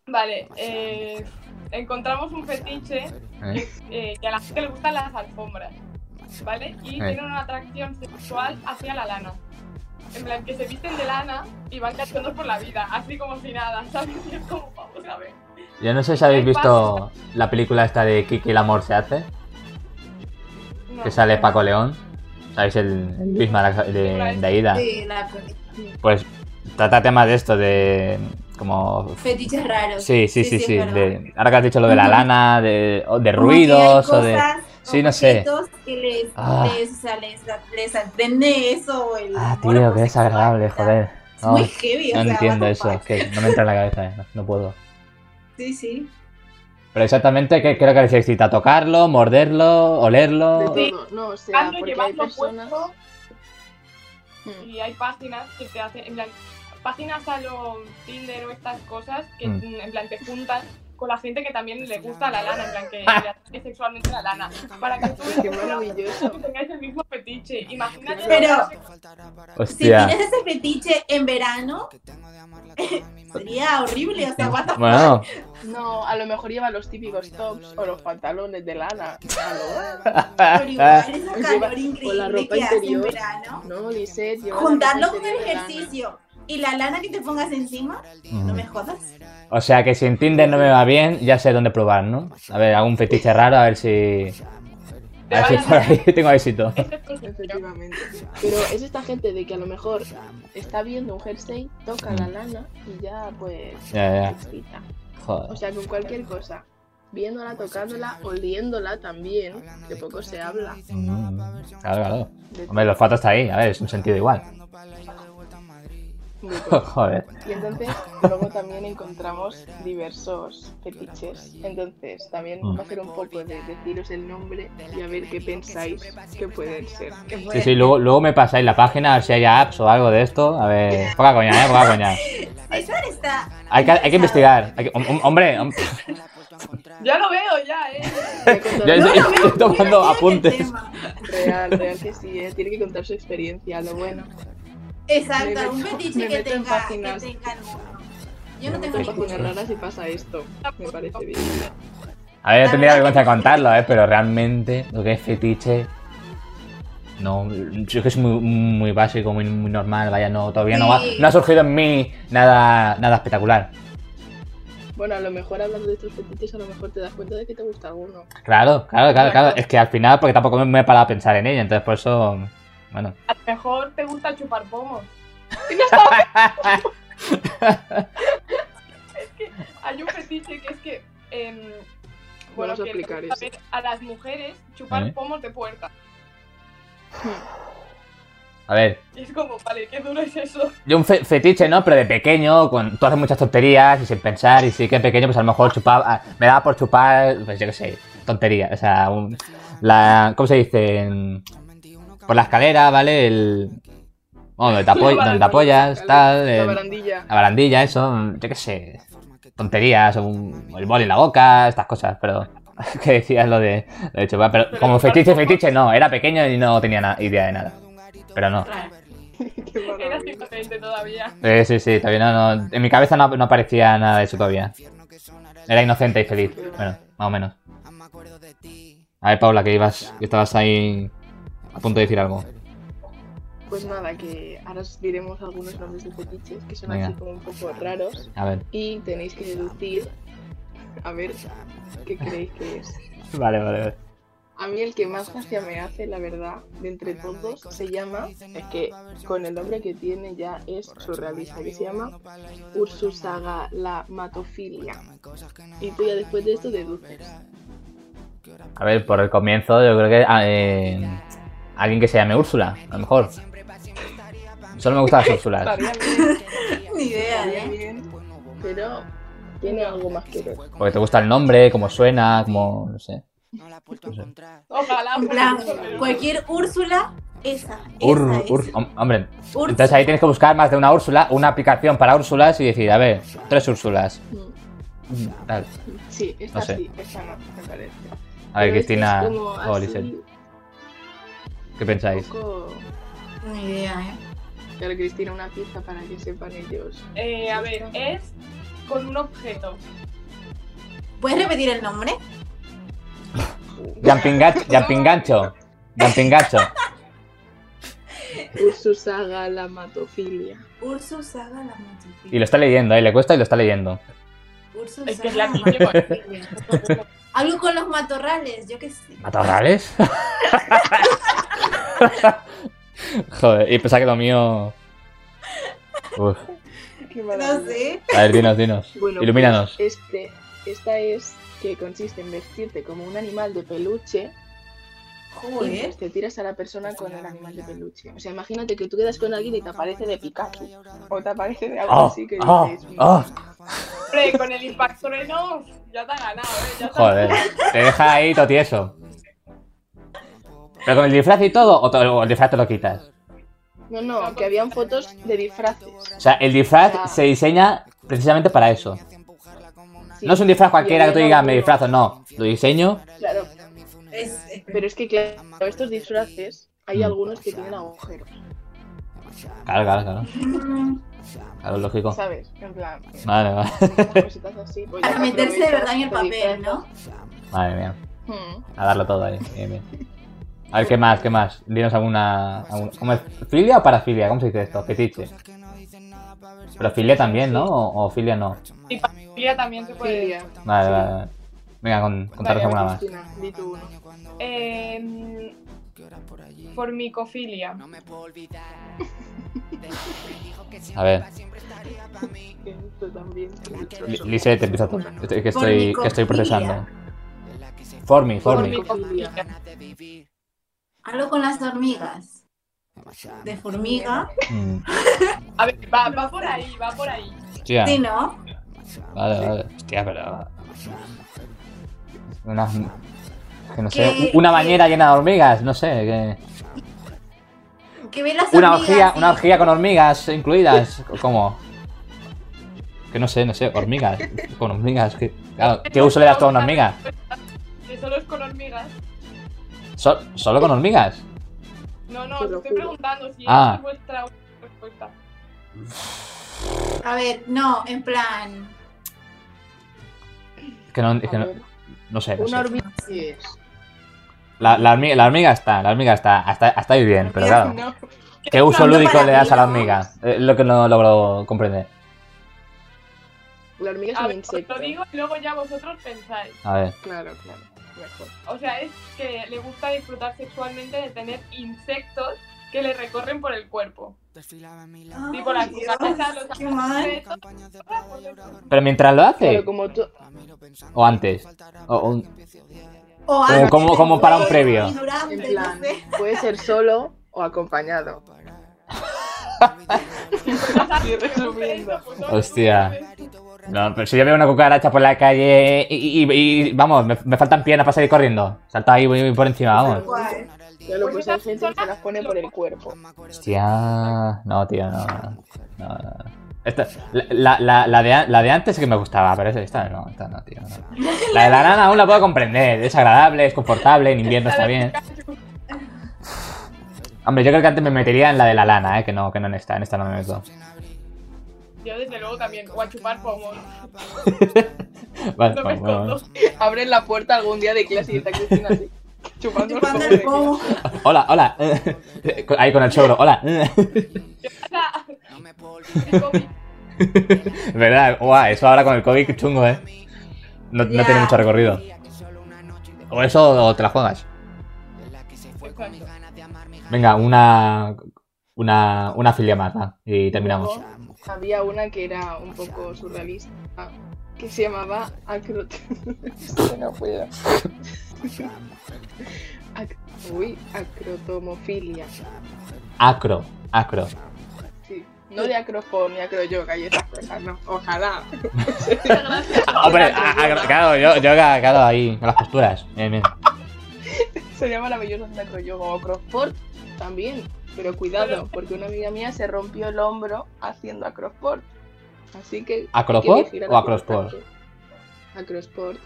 Speaker 4: Vale, eh, encontramos un fetiche
Speaker 1: eh.
Speaker 4: eh, que a la gente le gustan las alfombras, ¿vale? Y
Speaker 1: Eh.
Speaker 4: tienen una atracción sexual hacia la lana. En plan, que se visten de lana y van cachondos por la vida, así como si nada, ¿sabes? Y es como, vamos a ver.
Speaker 1: Yo no sé si habéis visto la película esta de Kiki el amor se hace,
Speaker 4: No.
Speaker 1: que sale Paco León. ¿Sabéis el, el Bismarck de, de Aida?
Speaker 3: Sí, la
Speaker 1: Pues trata temas de esto, de como...
Speaker 3: fetiches raros.
Speaker 1: Sí, sí, sí, sí.
Speaker 3: es verdad.
Speaker 1: de- ahora que has dicho lo de la
Speaker 3: Ujú.
Speaker 1: lana, de, o de
Speaker 3: Como que hay
Speaker 1: ruidos o de...
Speaker 3: cosas
Speaker 1: sí,
Speaker 3: o
Speaker 1: no sé.
Speaker 3: objetos Que les,
Speaker 1: Ah.
Speaker 3: les, o sea, les, les sorprende eso. El
Speaker 1: Ah,
Speaker 3: amor
Speaker 1: tío, qué
Speaker 3: homosexual,
Speaker 1: desagradable,
Speaker 3: o sea,
Speaker 1: joder.
Speaker 3: Es
Speaker 1: No,
Speaker 3: muy heavy.
Speaker 1: no
Speaker 3: o sea, pues.
Speaker 1: entiendo
Speaker 3: what the
Speaker 1: eso, es
Speaker 3: fuck.
Speaker 1: que no me entra en la cabeza, eh, no, no puedo.
Speaker 3: Sí, sí.
Speaker 1: Pero exactamente, ¿qué creo que les excita? ¿Tocarlo, morderlo, olerlo?
Speaker 2: De todo, no, o sea,
Speaker 4: Hazlo,
Speaker 2: porque hay
Speaker 4: llevadlo
Speaker 2: personas...
Speaker 4: puesto
Speaker 2: Mm,
Speaker 4: y hay páginas que te hacen, en plan, páginas a los Tinder o estas cosas que
Speaker 1: Mm.
Speaker 4: mm, en plan te juntan con la gente que también le gusta la lana, en plan que le hace sexualmente la lana, para que tú
Speaker 2: Qué maravilloso.
Speaker 4: tú tengáis el mismo fetiche. Imagínate.
Speaker 3: Pero-
Speaker 1: Hostia.
Speaker 3: Si tienes ese fetiche en verano, sería horrible. O sea, what the fuck.
Speaker 1: Bueno,
Speaker 2: No, a lo mejor lleva los típicos tops o los pantalones de lana.
Speaker 3: Pero igual es un calor
Speaker 2: O la
Speaker 3: increíble
Speaker 2: ropa
Speaker 3: que hace en
Speaker 2: interior.
Speaker 3: verano.
Speaker 2: No, Lisette, lleva la
Speaker 3: Juntarlo con
Speaker 2: ropa
Speaker 3: el
Speaker 2: interior de lana.
Speaker 3: ejercicio y la lana que te pongas encima, no me jodas.
Speaker 1: Mm. o sea que si en Tinder no me va bien, ya sé dónde probar, ¿no? A ver, algún fetiche raro, a ver si... A ver si por ahí tengo éxito.
Speaker 4: Ese es el fetiche.
Speaker 2: Efectivamente. Pero es esta gente de que a lo mejor está viendo un jersey, toca la lana y ya pues
Speaker 1: Ya,
Speaker 2: se
Speaker 1: Mm. ya,
Speaker 2: excita.
Speaker 1: joder.
Speaker 2: O
Speaker 3: Pues,
Speaker 2: sea, con cualquier cosa. Viéndola, tocándola, oliéndola también, que poco se habla.
Speaker 1: Mm, Claro, claro.
Speaker 2: de
Speaker 1: Hombre, el olfato está ahí, a ver, es un sentido igual.
Speaker 2: muy poco.
Speaker 1: Joder.
Speaker 2: Y entonces luego también encontramos diversos fetiches. Entonces también
Speaker 1: Mm.
Speaker 2: va a ser un poco de deciros el nombre y a ver qué pensáis que pueden ser.
Speaker 3: Que
Speaker 1: Sí,
Speaker 3: fuera-
Speaker 1: sí, luego, luego me pasáis la página, a ver si hay apps o algo de esto. A ver, poca coña, eh, poca coña.
Speaker 3: César está.
Speaker 1: Hay que, hay que investigar. Hay que- hom- hom- hombre, hom-
Speaker 4: Ya lo veo, ya, eh.
Speaker 2: Hay que contar-
Speaker 1: yo
Speaker 3: No,
Speaker 1: estoy,
Speaker 3: no,
Speaker 1: estoy tomando
Speaker 3: mira, mira el
Speaker 1: apuntes.
Speaker 3: tema.
Speaker 2: Real, real que sí, ¿eh? tiene que contar su experiencia, lo bueno. Me
Speaker 3: Exacto,
Speaker 2: meto-
Speaker 3: un
Speaker 2: me
Speaker 3: fetiche
Speaker 2: meto
Speaker 3: que
Speaker 2: en
Speaker 3: tenga, que
Speaker 2: páginas.
Speaker 3: tenga alguno. Yo no
Speaker 2: Me
Speaker 3: tengo
Speaker 2: meto en páginas
Speaker 3: ninguno.
Speaker 2: raras y pasa esto, me parece bien.
Speaker 1: A ver, yo tendría vergüenza de contarlo, eh, pero realmente lo que es fetiche. No, yo que es muy, muy básico, muy, muy normal, vaya, no, todavía no, ha-
Speaker 3: Sí.
Speaker 1: no ha surgido en mí nada, nada espectacular.
Speaker 2: Bueno, a lo mejor hablando de estos fetiches, a lo mejor te das cuenta de que te gusta alguno.
Speaker 1: Claro, claro, claro, claro.
Speaker 4: Exacto.
Speaker 1: Es que al final, porque tampoco me he parado a pensar en ella, entonces por eso. Bueno.
Speaker 4: A lo mejor te gusta chupar pomos. Hay un fetiche que es que. em,
Speaker 2: Vamos
Speaker 4: bueno,
Speaker 2: a
Speaker 4: que le
Speaker 2: aplicar
Speaker 4: gusta ver a las mujeres chupar
Speaker 1: ¿Eh?
Speaker 4: pomos de puerta.
Speaker 1: A ver,
Speaker 4: Y es como, vale, qué duro es eso.
Speaker 1: yo un fe- fetiche, ¿no? Pero de pequeño, con, tú haces muchas tonterías y sin pensar, y sí que pequeño, pues a lo mejor chupaba, ah, me daba por chupar, pues yo qué sé, tonterías. O sea, un- la, ¿cómo se dice? Mm, Por la escalera, ¿vale? El, bueno, donde te, apoy- donde te apoyas, tal,
Speaker 2: La
Speaker 1: el-
Speaker 2: barandilla.
Speaker 1: la barandilla, eso, mm, yo qué sé, tonterías, o, un- o el boli en la boca, estas cosas, pero... Que decías lo de, lo de chupar, pero como fetiche, fetiche, no, era pequeño y no tenía na- idea de nada. Pero no.
Speaker 3: Claro.
Speaker 2: Qué
Speaker 4: Eras
Speaker 2: maravilla.
Speaker 4: impotente todavía.
Speaker 1: Eh, sí, sí, todavía no, no- En mi cabeza no, no aparecía nada de eso todavía. Era inocente y feliz. Bueno, más o menos. A ver, Paula, que ibas. Que estabas ahí a punto de decir algo.
Speaker 2: Pues nada, que ahora os diremos algunos nombres de fetiches que son así
Speaker 1: Venga.
Speaker 2: como un poco raros
Speaker 1: A ver.
Speaker 2: y tenéis que deducir a ver qué creéis que es.
Speaker 1: Vale, vale, vale.
Speaker 2: A mí el que más gracia me hace, la verdad, de entre todos, se llama, es que con el nombre que tiene ya es surrealista, que se llama Ursusaga la matofilia. Y tú ya después de esto deduces.
Speaker 1: A ver, por el comienzo, yo creo que. ah, eh, alguien que se llame Úrsula, a lo mejor. Solo me gustan las Úrsulas.
Speaker 2: Estaría bien,
Speaker 3: Ni idea,
Speaker 2: estaría
Speaker 3: ¿eh?
Speaker 2: bien, pero tiene algo más que ver.
Speaker 1: Porque te gusta el nombre, cómo suena, como. No sé.
Speaker 4: Ojalá.
Speaker 3: En plan, cualquier Úrsula, esa.
Speaker 1: Ur,
Speaker 3: esa es.
Speaker 1: Ur- hom- hombre.
Speaker 3: Úrsula.
Speaker 1: Entonces ahí tienes que buscar más de una Úrsula, una aplicación para Úrsulas y decir, a ver, tres Úrsulas.
Speaker 2: Mm,
Speaker 1: Mm, Tal.
Speaker 2: Sí, esta
Speaker 1: No sé.
Speaker 2: sí, esta no, me parece.
Speaker 1: A ver,
Speaker 2: Pero este
Speaker 1: Cristina
Speaker 2: es como
Speaker 1: o
Speaker 2: así,
Speaker 1: Lisette,
Speaker 2: un
Speaker 1: ¿qué pensáis?
Speaker 2: poco-
Speaker 3: Ni idea, ¿eh?
Speaker 2: Pero Cristina, una pista para que sepan ellos.
Speaker 4: Eh, a ver, es con un objeto.
Speaker 3: ¿Puedes repetir el nombre?
Speaker 1: Jumping gancho, jumping gancho, jumping gancho.
Speaker 2: Ursusaga la matofilia.
Speaker 3: Ursus haga la multitud.
Speaker 1: Y lo está leyendo, ¿eh? le cuesta y lo está leyendo.
Speaker 3: recursos.
Speaker 4: Es
Speaker 3: o
Speaker 4: que es
Speaker 3: sea,
Speaker 4: la que llevo.
Speaker 3: Algo con los matorrales, yo qué sé.
Speaker 1: ¿Matorrales? Joder, y pensaba que lo mío. Uf.
Speaker 2: Qué
Speaker 3: No
Speaker 2: maravilla.
Speaker 3: sé.
Speaker 1: A ver, dinos, dinos.
Speaker 2: Bueno,
Speaker 1: Ilumínanos.
Speaker 2: pues, este, esta es que consiste en vestirte como un animal de peluche y
Speaker 3: Joder.
Speaker 2: pues, te tiras a la persona con el animal de peluche. O sea, imagínate que tú quedas con alguien y te aparece de Pikachu o te aparece de algo
Speaker 1: Oh,
Speaker 2: así que
Speaker 1: oh,
Speaker 2: dices, "Mm,
Speaker 1: oh.
Speaker 4: Hombre, con el impacto no, ya te ha ganado, ¿eh? Ya te ha
Speaker 1: Joder, te deja ahí todo tieso. ¿Pero con el disfraz y todo? ¿O, to- o el disfraz te lo quitas?
Speaker 2: No, no, que habían fotos de disfraces.
Speaker 1: O sea, el disfraz se diseña precisamente para eso.
Speaker 2: Sí.
Speaker 1: No es un disfraz cualquiera que tú
Speaker 2: Y había
Speaker 1: digas, me
Speaker 2: uno-
Speaker 1: disfrazo, no. Lo diseño.
Speaker 2: Claro,
Speaker 3: Es, es-
Speaker 2: pero es que claro, estos disfraces hay
Speaker 1: Mm.
Speaker 2: algunos que tienen agujeros,
Speaker 1: Claro, claro, claro.
Speaker 3: Mm,
Speaker 1: Claro, lógico.
Speaker 2: ¿sabes? En plan,
Speaker 1: Madre, madre,
Speaker 2: unas cositas así. pues ya te
Speaker 3: Para meterse de
Speaker 2: aprovechas,
Speaker 3: verdad en el
Speaker 2: te
Speaker 3: papel,
Speaker 2: disfrazas.
Speaker 3: ¿no?
Speaker 1: madre mía.
Speaker 2: Mm.
Speaker 1: A darlo todo ahí. Bien, bien. A ver, ¿qué más? ¿Qué más? Dinos alguna. algún- ¿Cómo es? ¿Filia o parafilia? ¿Cómo se dice esto? Fetiche. Pero filia también, ¿no? ¿O, o filia no?
Speaker 4: ganado. Y familia también se puede.
Speaker 2: Filia.
Speaker 1: Vale, vale.
Speaker 2: Sí.
Speaker 1: vale. Venga, con, contaros
Speaker 4: Vale,
Speaker 1: alguna más.
Speaker 2: Cristina, di tú uno.
Speaker 4: Eh, formicofilia.
Speaker 1: A ver,
Speaker 2: Esto también.
Speaker 1: Li- Lise, te empieza tú. Es que estoy, que estoy
Speaker 3: Formicofilia.
Speaker 1: procesando. Formi, formi.
Speaker 2: Formicofilia.
Speaker 3: Algo con las hormigas. De formiga.
Speaker 1: Mm,
Speaker 4: A ver, va, va por ahí, va por ahí.
Speaker 1: Hostia.
Speaker 3: Sí, ¿no?
Speaker 1: Vale, vale. Hostia, pero. Una, que no
Speaker 3: ¿Qué-
Speaker 1: sé, una
Speaker 3: qué-
Speaker 1: bañera llena de hormigas, no sé. Que...
Speaker 3: Que ve las
Speaker 1: Una
Speaker 3: hormigas.
Speaker 1: orgía,
Speaker 3: y-
Speaker 1: una orgía con hormigas incluidas. ¿Cómo? Que no sé, no sé, hormigas. Con hormigas, que. Claro, ¿qué uso le das tú a una hormiga?
Speaker 4: Que solo es con hormigas.
Speaker 1: ¿Sol- ¿Solo con hormigas?
Speaker 4: No, no,
Speaker 2: Te
Speaker 4: os
Speaker 2: lo
Speaker 4: estoy
Speaker 2: juro.
Speaker 4: preguntando si
Speaker 1: Ah.
Speaker 4: esa es vuestra respuesta.
Speaker 3: A ver, no, en plan.
Speaker 1: Que no, es que
Speaker 2: A
Speaker 1: no,
Speaker 2: ver,
Speaker 1: no sé, no
Speaker 2: Una
Speaker 1: sé.
Speaker 2: hormiga sí es.
Speaker 1: La, la hormiga, la hormiga está, la hormiga está, está, está ahí bien, pero claro.
Speaker 4: No.
Speaker 1: ¿Qué uso
Speaker 3: Hablando
Speaker 1: lúdico
Speaker 3: para
Speaker 1: le das a la
Speaker 3: mí, ¿no?
Speaker 1: hormiga? Es lo que no logro comprender.
Speaker 2: La hormiga es
Speaker 4: A
Speaker 2: un
Speaker 4: ver, os
Speaker 2: insecto.
Speaker 4: lo digo y luego ya vosotros pensáis.
Speaker 1: A ver.
Speaker 2: Claro, claro. Mejor.
Speaker 4: O sea, es que le gusta disfrutar sexualmente de tener insectos que le recorren por el cuerpo. Tipo las
Speaker 3: Ay,
Speaker 4: cucarachas,
Speaker 3: Dios,
Speaker 4: los
Speaker 3: qué mal.
Speaker 4: insectos.
Speaker 1: ¿Pero mientras lo
Speaker 2: Claro,
Speaker 1: hace?
Speaker 2: como tú.
Speaker 1: ¿O antes? O- o-
Speaker 3: O antes,
Speaker 1: como- como para un
Speaker 3: después,
Speaker 1: previo.
Speaker 3: y durante,
Speaker 2: En
Speaker 3: no
Speaker 2: plan,
Speaker 3: sé.
Speaker 2: puede ser solo o acompañado. Estoy resumiendo.
Speaker 1: Hostia. No, pero si yo veo una cucaracha por la calle y, y- y- y- vamos, me, me faltan piernas para salir corriendo. Salta ahí voy, voy por encima, vamos.
Speaker 3: Guay.
Speaker 2: Ya lo puse pues hay gente que se las pone por el cuerpo.
Speaker 1: Hostia, no, tío, no. no, no, no. Esta- la, la- la de, an- la de antes sí que me gustaba, pero esta- esta no, esta no, tío. no. La de la nana aún la puedo comprender, es agradable, es confortable, en invierno está bien. Hombre, yo creo que antes me metería en la de la lana, eh, que no, que no en esta, en esta no me meto.
Speaker 4: Yo desde luego también, o a chupar pomos.
Speaker 1: Vale,
Speaker 4: No me
Speaker 1: bueno, bueno, bueno.
Speaker 4: escondo.
Speaker 2: Abren la puerta algún día de clase y está Cristina así. Chupando el
Speaker 3: Chupando
Speaker 2: pomo de-
Speaker 3: el pomo.
Speaker 1: Hola, hola. Ahí con el choro, hola. Es verdad, guau, eso ahora con el COVID, qué chungo, eh. No, no
Speaker 3: Ya.
Speaker 1: tiene mucho recorrido. O eso o te la juegas.
Speaker 4: Exacto.
Speaker 1: Venga, una. Una, una filia más, va, y terminamos.
Speaker 2: Había una que era un poco surrealista que se llamaba Acrot. no puedo. Ac- Uy, acrotomofilia.
Speaker 1: Acro, acro.
Speaker 2: Sí. No de acrofón ni acroyoga y esas cosas, no. Ojalá.
Speaker 1: Hombre, a- a- ah, claro, yo, yo claro, ahí, con las posturas. Eh, Bien, bien.
Speaker 2: Sería maravilloso un acroyoga o acrosport también. Pero cuidado, porque una amiga mía se rompió el hombro haciendo acrosport. Así que. hay que
Speaker 1: ¿Acroport
Speaker 2: vigilar
Speaker 1: o
Speaker 2: aquí
Speaker 1: acrosport?
Speaker 2: bastante. Acrosport.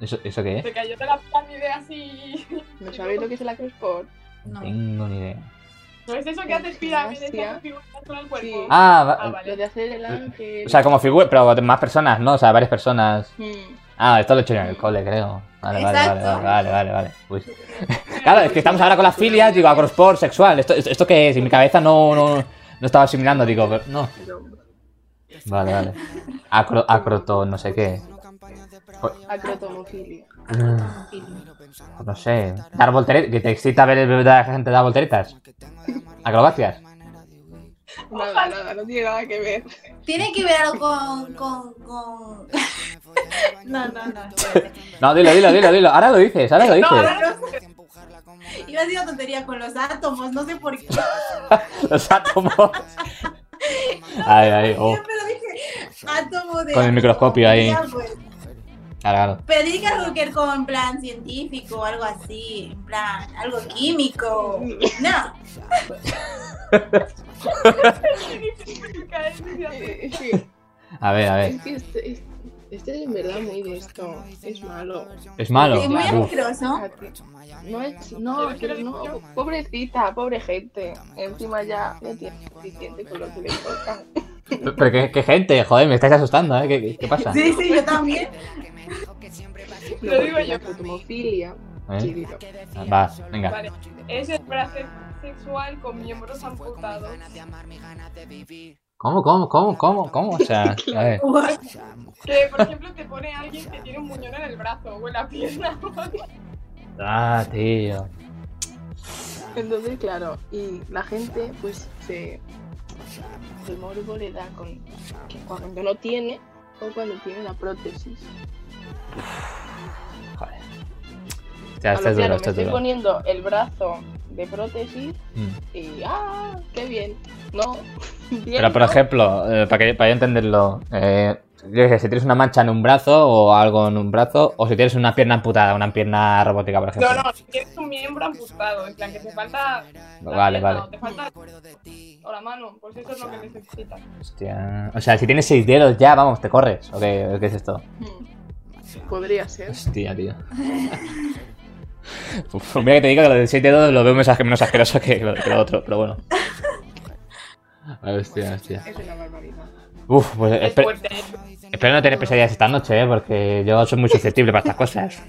Speaker 1: ¿Eso, ¿Eso qué es?
Speaker 4: Se cayó de la pirámide así.
Speaker 2: ¿No sabéis lo que es el acrosport?
Speaker 1: No
Speaker 3: No.
Speaker 1: tengo ni idea.
Speaker 4: ¿No es eso que haces pirámides y
Speaker 2: Gimnasia.
Speaker 4: haces figuras con el
Speaker 2: Sí.
Speaker 4: cuerpo?
Speaker 1: Ah,
Speaker 4: Ah,
Speaker 1: va-
Speaker 2: Lo
Speaker 4: vale.
Speaker 2: de hacer el ángel.
Speaker 1: o sea, como figura, pero más personas, ¿no? O sea, varias personas.
Speaker 2: Mm.
Speaker 1: Ah, esto lo he hecho yo en el cole, creo. Vale, vale, vale,
Speaker 3: Exacto.
Speaker 1: vale, vale, vale, vale. Uy. Claro, es que estamos ahora con las filias, digo, acrosport, sexual. ¿Esto, esto, esto qué es? Y mi cabeza no, no, no estaba asimilando, digo, pero no.
Speaker 2: el hombro.
Speaker 1: Vale, vale. Acro, acroto, no sé qué. Pues-
Speaker 2: Acrotomofilia.
Speaker 3: Acrotomofilia.
Speaker 1: No sé. Dar volteretas. Que te excita ver el bebé de la gente dar volteretas. Acrobacias.
Speaker 2: Nada, nada, no tiene nada que ver.
Speaker 3: Tiene que ver algo con. con, con... no, no, no. espérate.
Speaker 1: No, dilo, dilo, dilo, dilo. Ahora lo dices, ahora lo
Speaker 3: No,
Speaker 1: dices.
Speaker 3: ahora no sé. Iba a decir una tontería con los átomos, no sé por qué.
Speaker 1: Los átomos. Ay, ay, oh.
Speaker 3: Pero dije átomo de.
Speaker 1: Con el microscopio ahí.
Speaker 3: Ya, pues.
Speaker 1: Claro, claro.
Speaker 3: Pero tiene que algo que ver con plan científico o algo así, en plan, algo químico. No,
Speaker 2: Eh, Es que,
Speaker 1: A ver, a ver.
Speaker 2: es que este, es- este es en verdad muy de esto. Es malo.
Speaker 1: Es malo.
Speaker 3: es muy
Speaker 1: Uf.
Speaker 3: asqueroso.
Speaker 2: A ti- No es. No, pero no. Pobrecita, pobre gente. Encima ya no tiene suficiente con lo que le toca.
Speaker 1: Pero qué, qué gente, joder, me estáis asustando, ¿eh? ¿Qué- ¿Qué, qué pasa?
Speaker 3: Sí, sí, yo también.
Speaker 2: No,
Speaker 4: Lo digo
Speaker 2: porque
Speaker 4: yo.
Speaker 2: La acrotomofilia.
Speaker 1: ¿Eh?
Speaker 2: chiquito.
Speaker 1: Va, venga.
Speaker 4: Vale. Es el placer sexual con miembros amputados.
Speaker 1: ¿Cómo, cómo, cómo, cómo, cómo? O sea, a ver.
Speaker 3: What?
Speaker 4: Que, por ejemplo, te pone alguien que tiene un muñón en el brazo o en la pierna.
Speaker 1: Ah, tío.
Speaker 2: Entonces, claro, y la gente, pues, se. El morbo le da con. que Cuando no tiene o cuando tiene la prótesis.
Speaker 1: Joder. Ya,
Speaker 2: A
Speaker 1: esto
Speaker 2: lo
Speaker 1: es
Speaker 2: claro,
Speaker 1: duro, esto
Speaker 2: me
Speaker 1: es
Speaker 2: estoy
Speaker 1: duro.
Speaker 2: poniendo el brazo de prótesis
Speaker 1: Mm.
Speaker 2: y ¡ah! ¡Qué bien! No, bien.
Speaker 1: Pero, por
Speaker 2: no.
Speaker 1: ejemplo, eh, para, que, para yo entenderlo, eh, yo qué sé, si tienes una mancha en un brazo o algo en un brazo, o si tienes una pierna amputada, una pierna robótica, por ejemplo.
Speaker 4: No, no, tienes un miembro amputado. En plan, que te falta. la
Speaker 1: Vale,
Speaker 4: pierna,
Speaker 1: vale.
Speaker 4: O te falta. O la mano. Pues eso es lo que necesitas.
Speaker 1: Hostia. O sea, si tienes seis dedos ya, vamos, te corres. ¿O qué, qué es esto?
Speaker 2: Mm. Podría ser.
Speaker 1: Hostia, tío. Uf, mira que te digo que lo de 7 dedos lo veo más asque- menos asqueroso que lo, que lo otro, pero bueno. Ay, Hostia, hostia.
Speaker 2: Es una barbaridad.
Speaker 1: Uf, pues
Speaker 4: Es
Speaker 1: espe-
Speaker 4: fuerte.
Speaker 1: espero no tener pesadillas esta noche, ¿eh? porque yo soy muy susceptible para estas cosas.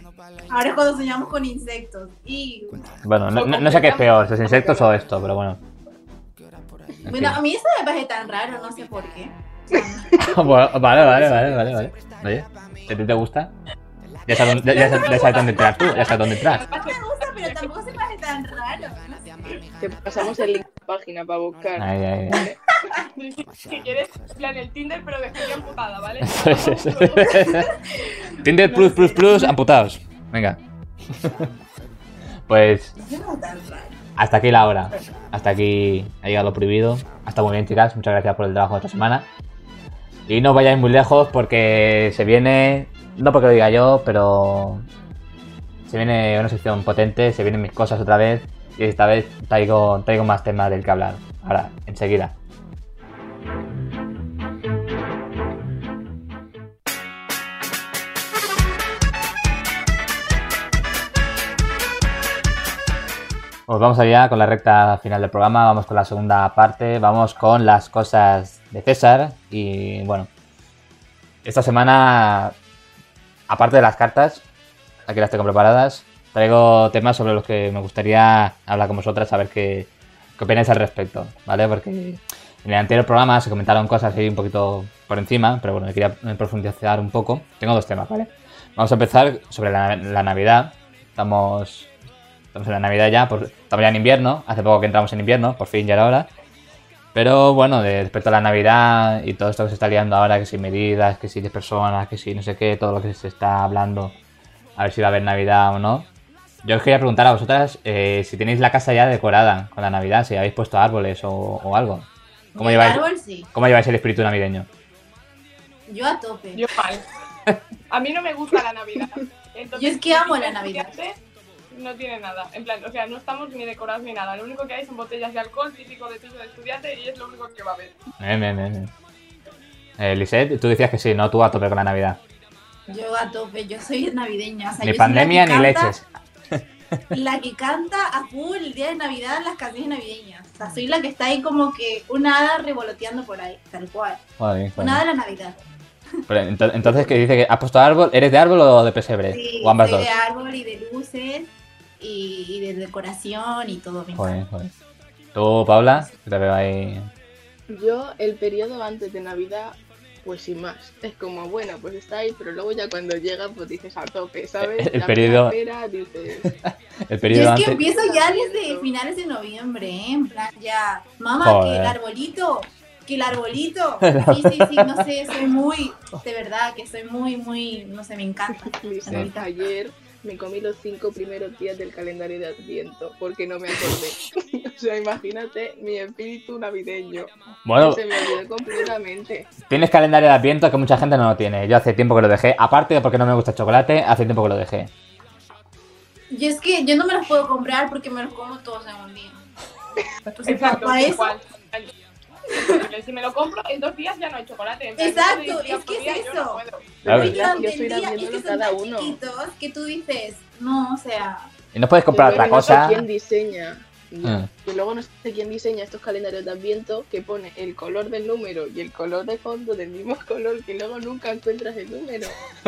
Speaker 3: Ahora es cuando soñamos con insectos. Y
Speaker 1: Bueno, no, no- no sé qué es peor, si los insectos o esto, pero bueno. En
Speaker 3: bueno,
Speaker 1: fin.
Speaker 3: a mí eso me parece tan raro, no sé por qué.
Speaker 1: Bueno, vale, vale, vale, vale, vale. Oye, si a ti te gusta, ya sabes dónde, ya sabes- ya sabes dónde entrar tú, ya sabes dónde entrar.
Speaker 3: Me gusta, pero tampoco se parece tan raro. no sé.
Speaker 2: Te pasamos el link a la página para buscar.
Speaker 1: Ay, ay, ay.
Speaker 4: Si quieres, en plan el Tinder, pero de gente amputada, ¿vale?
Speaker 1: Eso es, eso es. Tinder plus plus plus amputados. Venga. Pues
Speaker 3: No sé, no es tan raro.
Speaker 1: hasta aquí la hora. Hasta aquí ha llegado lo prohibido. Hasta muy bien, chicas. Muchas gracias por el trabajo de esta semana. Y no vayáis muy lejos porque se viene. No porque lo diga yo, pero. Se viene una sección potente, se vienen mis cosas otra vez. Y esta vez traigo, traigo más temas del que hablar. Ahora, enseguida. Pues vamos allá con la recta final del programa, vamos con la segunda parte, vamos con las cosas de César y bueno, esta semana, aparte de las cartas, aquí las tengo preparadas, traigo temas sobre los que me gustaría hablar con vosotras, a ver qué, qué opináis al respecto, ¿vale? Porque en el anterior programa se comentaron cosas ahí un poquito por encima, pero bueno, quería profundizar un poco. Tengo dos temas, ¿vale? Vamos a empezar sobre la, la Navidad. Estamos Estamos en la Navidad ya, por- estamos ya en invierno, hace poco que entramos en invierno, por fin ya era hora. Pero bueno, de respecto a la Navidad y todo esto que se está liando ahora, que si medidas, que si 10 personas, que si no sé qué, todo lo que se está hablando, a ver si va a haber Navidad o no. Yo os quería preguntar a vosotras eh, si tenéis la casa ya decorada con la Navidad, si habéis puesto árboles o, o algo. ¿Cómo
Speaker 3: El
Speaker 1: lleváis,
Speaker 3: árbol sí,
Speaker 1: ¿Cómo lleváis el espíritu navideño?
Speaker 3: yo a tope.
Speaker 4: Yo mal. A mí no me gusta la Navidad. Entonces,
Speaker 3: Yo es que amo la
Speaker 4: mi
Speaker 3: Navidad.
Speaker 4: estudiante No tiene nada. En plan, o sea, no estamos ni decorados ni nada. Lo único que hay son botellas de alcohol típico de piso de estudiante y es lo único que va a haber.
Speaker 1: Eh, eh, eh, eh. Eh, Lisette, tú decías que sí, no, tú a tope con la Navidad.
Speaker 3: Yo a tope, yo soy navideña. o
Speaker 1: ni
Speaker 3: sea, yo soy la que
Speaker 1: pandemia ni
Speaker 3: canta-
Speaker 1: leches.
Speaker 3: La que canta a full el día de Navidad las canciones navideñas. O sea, soy la que está ahí como que una hada revoloteando por ahí, tal cual.
Speaker 1: Joder, joder.
Speaker 3: Una hada de la Navidad.
Speaker 1: Pero ento- entonces que dice que has puesto árbol, ¿eres de árbol o de pesebre?
Speaker 3: Sí,
Speaker 1: o ambas
Speaker 3: soy
Speaker 1: dos.
Speaker 3: de árbol y de luces y, y de decoración y todo. me
Speaker 1: Joder, joder. Tú, Paula, que te veo ahí.
Speaker 2: Yo, el periodo antes de Navidad, pues sin más. Es como, bueno, pues está ahí, pero luego ya cuando llega, pues dices a tope,
Speaker 1: El-
Speaker 2: ¿sabes?
Speaker 1: el
Speaker 2: La
Speaker 1: periodo-
Speaker 2: primavera, dices,
Speaker 1: El
Speaker 3: Yo es
Speaker 1: periodo
Speaker 3: que
Speaker 1: antes.
Speaker 3: empiezo ya desde finales de noviembre, ¿eh? En plan, ya. Mamá, que
Speaker 1: Joder.
Speaker 3: el arbolito, que el arbolito. Sí, sí, sí, no sé, soy muy, de verdad, que soy muy, muy, no sé, me encanta.
Speaker 2: Lisa, ayer me comí los cinco primeros días del calendario de Adviento porque no me acordé. o sea, imagínate mi espíritu navideño.
Speaker 1: Bueno,
Speaker 2: Se me olvidó completamente.
Speaker 1: tienes calendario de adviento que mucha gente no lo tiene. Yo hace tiempo que lo dejé. Aparte de porque no me gusta el chocolate, hace tiempo que lo dejé.
Speaker 3: Yo es que yo no me los puedo comprar porque me los como todos en un día. Entonces,
Speaker 4: Exacto,
Speaker 3: para eso-
Speaker 4: igual. Si me lo compro, en dos días ya no hay chocolate. En plan,
Speaker 3: Exacto,
Speaker 4: yo te diría,
Speaker 3: es que
Speaker 4: por
Speaker 3: es
Speaker 4: día yo no
Speaker 3: eso.
Speaker 4: puedo.
Speaker 1: Claro.
Speaker 3: Porque
Speaker 2: Yo
Speaker 3: durante
Speaker 2: estoy
Speaker 3: el día es
Speaker 2: viéndolo
Speaker 3: que son
Speaker 2: cada
Speaker 3: tan
Speaker 2: uno.
Speaker 3: chiquitos que tú dices, no, o sea,
Speaker 1: Y no puedes comprar
Speaker 2: Que luego
Speaker 1: otra
Speaker 2: no sé
Speaker 1: cosa.
Speaker 2: ¿Quién diseña?
Speaker 1: Mm.
Speaker 2: Que luego no sé quién diseña estos calendarios de Adviento que pone el color del número y el color de fondo del mismo color que luego nunca encuentras el número.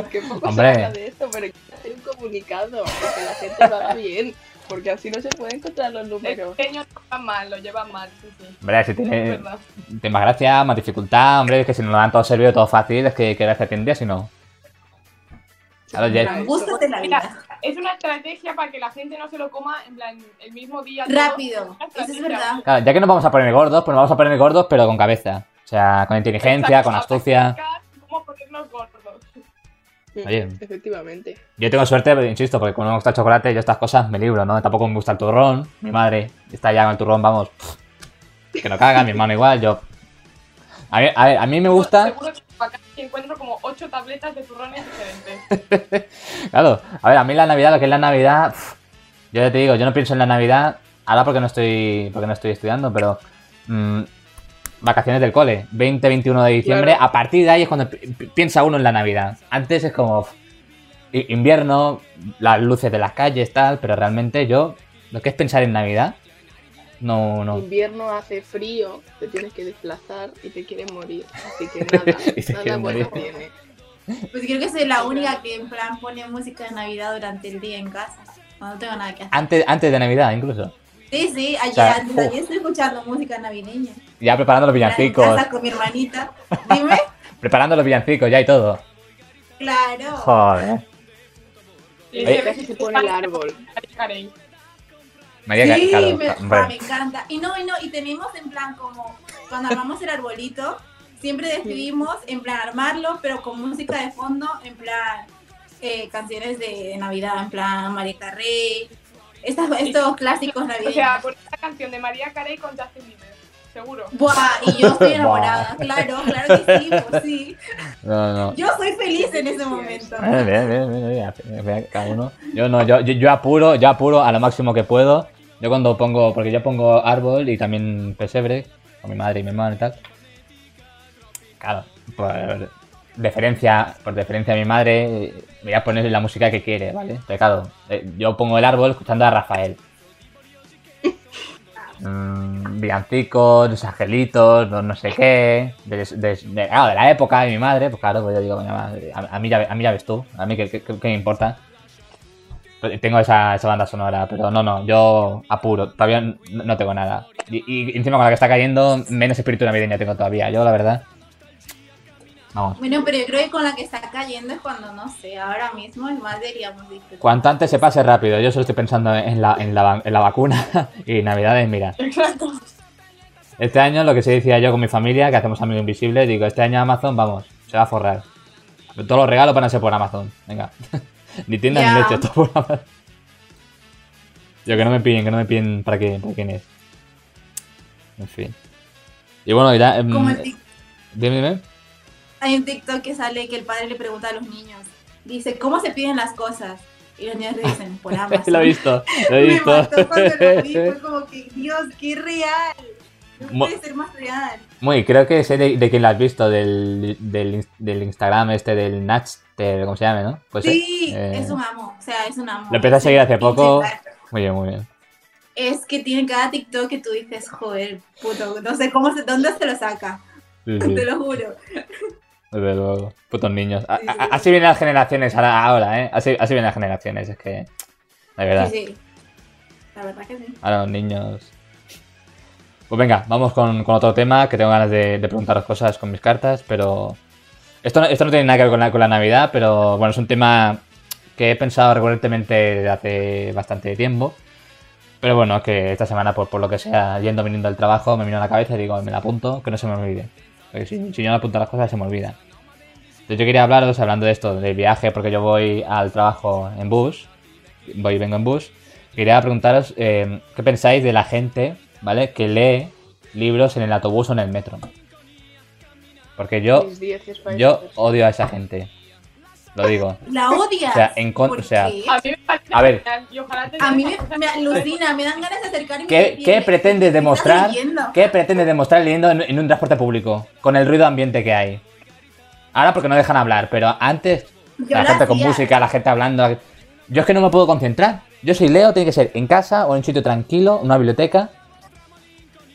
Speaker 2: Que poco se
Speaker 1: Hombre.
Speaker 2: habla de esto, pero hay que hacer un comunicado para que la gente lo haga bien. Porque así no se pueden encontrar los
Speaker 4: El
Speaker 2: números.
Speaker 4: diseño lo llevan mal, lo llevan mal, sí, sí.
Speaker 1: Hombre, si
Speaker 4: Es
Speaker 1: tiene,
Speaker 4: verdad.
Speaker 1: tiene más gracia, más dificultad, hombre, es que si nos lo dan todo servido, todo fácil, es que qué gracia tendría si no. Claro, ya-
Speaker 2: Mira, eso-
Speaker 3: búscate la vida.
Speaker 4: Es una estrategia para que la gente no se lo coma en plan, el mismo día. todo.
Speaker 3: Rápido, eso es verdad.
Speaker 1: Claro, ya que nos vamos a poner gordos, pues nos vamos a poner gordos, pero con cabeza. O sea, con inteligencia,
Speaker 4: Exacto,
Speaker 1: con astucia.
Speaker 4: aplicar ¿Cómo ponernos gordos?
Speaker 1: Oye.
Speaker 2: Efectivamente.
Speaker 1: Yo tengo suerte, pero insisto, porque como no me gusta el chocolate, yo estas cosas me libro, ¿no? Tampoco me gusta el turrón. Mi madre está ya con el turrón, vamos. pff, que no caga, mi hermano igual, yo. A ver, a, ver, a mí me gusta.
Speaker 4: Seguro que acá encuentro como ocho tabletas de turrones diferentes.
Speaker 1: Claro, a ver, a mí la Navidad, lo que es la Navidad, pf, yo ya te digo, yo no pienso en la Navidad, ahora porque no estoy, porque no estoy estudiando, pero mm, vacaciones del cole, 20-21 de diciembre,
Speaker 2: Claro.
Speaker 1: a partir de ahí es cuando pi- pi- piensa uno en la Navidad. Antes es como pf, i- invierno, las luces de las calles, tal, pero realmente yo, lo que es pensar en Navidad, no, no.
Speaker 2: Invierno hace frío, te tienes que desplazar y te quieres morir. Así que nada,
Speaker 1: Y te
Speaker 2: nada
Speaker 1: quieres
Speaker 2: bueno
Speaker 1: morir.
Speaker 2: tiene.
Speaker 3: Pues creo que soy la única que en plan pone música de Navidad durante el día en casa. Cuando no tengo nada que hacer.
Speaker 1: Antes, antes de Navidad, incluso.
Speaker 3: Sí, sí, ayer,
Speaker 1: sea,
Speaker 3: antes de
Speaker 1: uf.
Speaker 3: ayer estoy escuchando música navideña.
Speaker 1: Ya preparando los
Speaker 3: En
Speaker 1: villancicos,
Speaker 3: casa con mi hermanita. Dime,
Speaker 1: preparando los villancicos, ya y todo.
Speaker 3: claro.
Speaker 1: Joder.
Speaker 4: Y
Speaker 2: En
Speaker 1: Oye.
Speaker 2: casa Eh, se pone el árbol.
Speaker 4: Caray.
Speaker 1: María,
Speaker 3: sí,
Speaker 1: claro,
Speaker 3: me,
Speaker 1: hombre.
Speaker 3: ah, me encanta. Y no, y no, y tenemos en plan como cuando armamos el arbolito, siempre decidimos en plan armarlo, pero con música de fondo, en plan eh, canciones de, de Navidad, en plan María Carey, estas- estos clásicos
Speaker 4: O sea,
Speaker 3: navideños.
Speaker 4: con esta canción de María Carey con Justin Bieber, seguro.
Speaker 3: Buah, y yo estoy enamorada, claro, claro que sí, pues sí.
Speaker 1: No, no.
Speaker 3: Yo soy feliz en ese momento.
Speaker 1: Eh, bien, bien, bien, bien, bien, bien, cada uno. Yo no, yo, yo, yo apuro, yo apuro a lo máximo que puedo. Yo cuando pongo, porque yo pongo árbol y también pesebre, con mi madre y mi hermano y tal. Claro, pues, por deferencia, por deferencia a mi madre, voy a poner la música que quiere, ¿vale? Pero claro, eh, yo pongo el árbol escuchando a Rafael. Mm, villancicos, los angelitos, los no sé qué, de, de- de- claro, de la época de mi madre, pues claro, pues yo digo, coño, madre, a, a mí ya, ve- a mí ya ves tú, a mí que, me importa. Pues Tengo esa, esa banda sonora, pero no, no, yo apuro, todavía n- no tengo nada. Y, y encima con la que está cayendo, menos espíritu navideño tengo todavía, yo la verdad. Vamos.
Speaker 3: Bueno, pero yo creo que con la que está cayendo es cuando, no sé, ahora mismo es más deberíamos disfrutar.
Speaker 1: Cuanto antes se pase rápido, yo solo estoy pensando en la, en la, va- en la vacuna y navidades, mira.
Speaker 4: Exacto.
Speaker 1: Este año lo que se decía yo con mi familia, que hacemos Amigo Invisible, digo, este año Amazon, vamos, se va a forrar. Todos los regalos van a ser por Amazon, venga. ni tienda
Speaker 3: Ya.
Speaker 1: ni leche, todo por Amazon. Yo que no me pillen, que no me pillen para quién, para quién es. En fin. Y bueno, ya... em,
Speaker 3: Como el tic-
Speaker 1: dime, dime.
Speaker 3: hay un TikTok que sale que el padre le pregunta a los niños, dice, ¿cómo se piden las cosas? Y los niños le dicen, por Amazon.
Speaker 1: lo he visto, lo he
Speaker 3: Me
Speaker 1: visto.
Speaker 3: mató cuando lo vi, fue como que, Dios, qué real. No
Speaker 1: Mo-
Speaker 3: puede ser más real.
Speaker 1: Muy, creo que sé de, de quién lo has visto, del, del, ins- del Instagram este, del Natchster, ¿cómo se llama, no? Pues
Speaker 3: sí,
Speaker 1: eh,
Speaker 3: es un amo, o sea, es un amo.
Speaker 1: Lo empecé a seguir hace poco.
Speaker 3: Sí, claro.
Speaker 1: Muy bien, muy bien.
Speaker 3: Es que tiene cada TikTok que tú dices, joder, puto, no sé cómo se, dónde se lo saca,
Speaker 1: Sí, sí.
Speaker 3: te lo juro.
Speaker 1: Desde luego. Putos niños. A-
Speaker 3: Sí,
Speaker 1: a-
Speaker 3: sí.
Speaker 1: así vienen las generaciones ahora, ahora, ¿eh? Así, así vienen las generaciones, es que... De verdad.
Speaker 3: Sí, sí. La verdad que sí.
Speaker 1: Ahora los niños... Pues venga, vamos con, con otro tema, que tengo ganas de, de preguntaros cosas con mis cartas, pero Esto no, esto no tiene nada que ver con la, con la Navidad, pero bueno, es un tema que he pensado recurrentemente desde hace bastante tiempo. Pero bueno, es que esta semana, por, por lo que sea, yendo viniendo del trabajo, me vino a la cabeza y digo, me la apunto, que no se me olvide. Porque si, si yo no apunto las cosas, se me olvidan. Entonces yo quería hablaros, hablando de esto, del viaje, porque yo voy al trabajo en bus, voy y vengo en bus. Quería preguntaros eh, qué pensáis de la gente, ¿vale? Que lee libros en el autobús o en el metro. Porque yo,
Speaker 2: Mis 10 es
Speaker 3: Pues,
Speaker 2: para
Speaker 1: yo oh,
Speaker 2: estos.
Speaker 1: odio a esa gente. Lo digo.
Speaker 3: La odias.
Speaker 1: O sea, en con-
Speaker 3: ¿Por
Speaker 1: o sea,
Speaker 3: qué?
Speaker 4: A mí me parece
Speaker 1: A ver.
Speaker 4: genial, y ojalá te-
Speaker 3: A mí me, me alucina, me dan ganas de acercarme. y
Speaker 1: ¿Qué,
Speaker 3: decirle,
Speaker 1: qué pretendes
Speaker 3: estás
Speaker 1: demostrar?
Speaker 3: leyendo?
Speaker 1: ¿Qué pretendes demostrar leyendo en, en un transporte público? Con el ruido ambiente que hay. Ahora porque no dejan hablar, pero antes
Speaker 3: Yo
Speaker 1: la
Speaker 3: lo
Speaker 1: gente con
Speaker 3: hacía.
Speaker 1: música, la gente hablando. Yo es que no me puedo concentrar. Yo soy Leo, tiene que ser en casa o en un sitio tranquilo, en una biblioteca.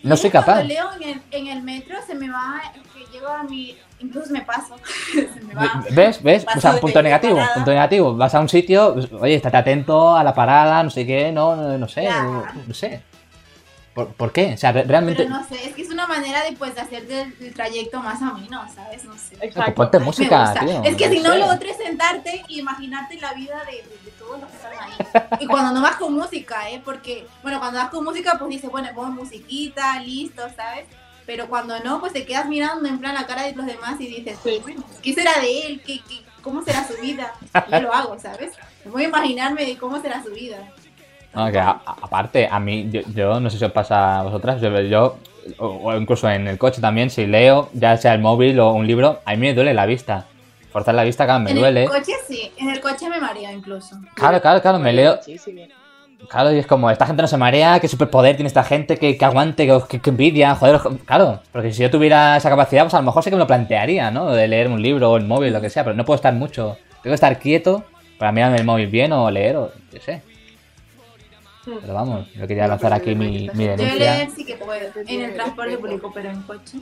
Speaker 1: No soy
Speaker 3: Yo cuando
Speaker 1: capaz.
Speaker 3: leo en el, en el metro, se me va, que llego a mi, incluso me paso, se me va.
Speaker 1: ¿Ves? ¿Ves? O
Speaker 3: Paso
Speaker 1: sea,
Speaker 3: de
Speaker 1: punto negativo,
Speaker 3: parada.
Speaker 1: punto negativo. Vas a un sitio, pues, oye, estate atento a la parada, no sé qué, no, no, no sé,
Speaker 3: Ya.
Speaker 1: no sé. ¿Por, por qué? O sea, re- realmente...
Speaker 3: Pero no sé, es que es una manera de pues de hacer del, del trayecto más ameno, ¿sabes? No sé.
Speaker 1: Pues
Speaker 4: Exacto.
Speaker 1: ponte
Speaker 3: Me
Speaker 1: música,
Speaker 3: gusta.
Speaker 1: tío.
Speaker 3: es que si no,
Speaker 1: sé.
Speaker 3: lo otro es sentarte y imaginarte la vida de, de- de todos los que están ahí. Y cuando no vas con música, ¿eh? Porque, bueno, cuando vas con música, pues dices, bueno, pongo musiquita, listo, ¿sabes? Pero cuando no, pues te quedas mirando en plan la cara de los demás y dices,
Speaker 4: Sí.
Speaker 3: bueno, ¿qué será de él? ¿Qué, qué, cómo será su vida? Y yo lo hago, ¿sabes? Voy a imaginarme de cómo será su vida.
Speaker 1: No, Ah, que a- a- aparte, a mí, yo, yo no sé si os pasa a vosotras, yo, yo, o, o incluso en el coche también, si leo, ya sea el móvil o un libro, a mí me duele la vista. Forzar la vista, claro, me
Speaker 3: en
Speaker 1: duele.
Speaker 3: el coche sí, en el coche me mareo incluso.
Speaker 1: Claro, claro, claro, me leo.
Speaker 2: Muchísimo.
Speaker 1: Claro, y es como, esta gente no se marea, qué superpoder tiene esta gente, que, que aguante, que, que- que envidia, joder, jo- claro. Porque si yo tuviera esa capacidad, pues a lo mejor sí que me lo plantearía, ¿no? De leer un libro o el móvil, lo que sea, pero no puedo estar mucho. Tengo que estar quieto para mirarme el móvil bien o leer o yo sé. Pero vamos, yo quería lanzar aquí mi, mi
Speaker 3: Yo
Speaker 1: denuncia.
Speaker 3: leer sí que puedo, en el transporte público, pero en coche.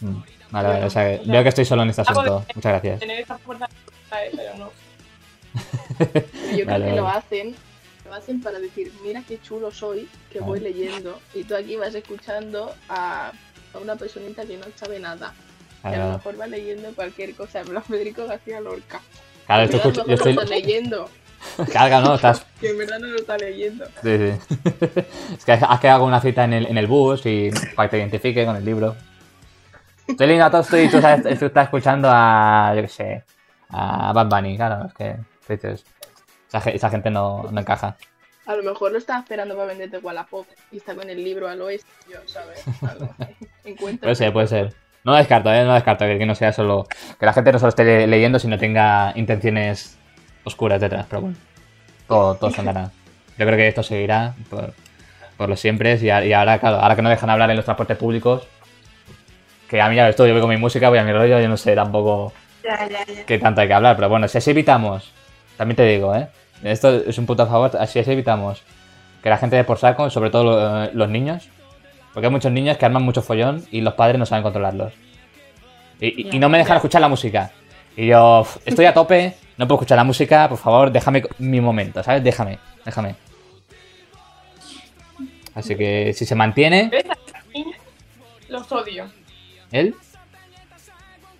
Speaker 1: Mm, Vale, vale, o sea, que veo que estoy solo en este asunto. Muchas gracias.
Speaker 4: Tener esa fuerza, ¿sabes? pero no.
Speaker 2: Yo creo
Speaker 1: Vale,
Speaker 2: que lo
Speaker 1: vale.
Speaker 2: hacen, lo hacen para decir, mira qué chulo soy, que voy
Speaker 1: Vale.
Speaker 2: leyendo, y tú aquí vas escuchando a, a una personita que no sabe nada, que a lo
Speaker 1: Claro,
Speaker 2: mejor va leyendo cualquier cosa, en plan Federico García Lorca.
Speaker 1: claro,
Speaker 2: Yo
Speaker 1: estoy, escuch- Ah, yo
Speaker 2: no está
Speaker 1: estoy...
Speaker 2: leyendo,
Speaker 1: Carga, ¿no? Estás
Speaker 2: que en verdad no lo está leyendo.
Speaker 1: Sí, sí. es que has quedado con una cita en el, en el bus y para que te identifique con el libro. Estoy leyendo a Tolstoy y tú, sabes- tú estás escuchando a, yo qué sé, a Bad Bunny, claro, es que tú dices, esa, ge- esa gente no, no encaja.
Speaker 2: A lo mejor lo está esperando para venderte Wallapop y está con el libro al oeste, yo, ¿sabes? Algo. Encuentra.
Speaker 1: Puede ser, puede ser. No lo descarto, ¿eh? no lo descarto, que, que no sea solo, que la gente no solo esté le- leyendo, sino tenga intenciones oscuras detrás, pero bueno, todo, todo se andará. Yo creo que esto seguirá por, por los siempre y, a- y ahora, claro, ahora que no dejan hablar en los transportes públicos, que a mí ya ves tú, yo voy con mi música, voy a mi rollo, yo no sé tampoco
Speaker 3: Ya, ya, ya.
Speaker 1: qué tanto hay que hablar, pero bueno, si así evitamos, también te digo, ¿eh? Esto es un punto a favor, así así evitamos que la gente de por saco, sobre todo lo- eh, los niños, porque hay muchos niños que arman mucho follón y los padres no saben controlarlos. Y, y- y no me dejan escuchar la música. Y yo, "Uf, estoy a tope, no puedo escuchar la música, por favor, déjame mi momento, ¿sabes? Déjame, déjame. Así que si se mantiene,
Speaker 4: ¿Ves? A esos niños Los odio.
Speaker 1: él,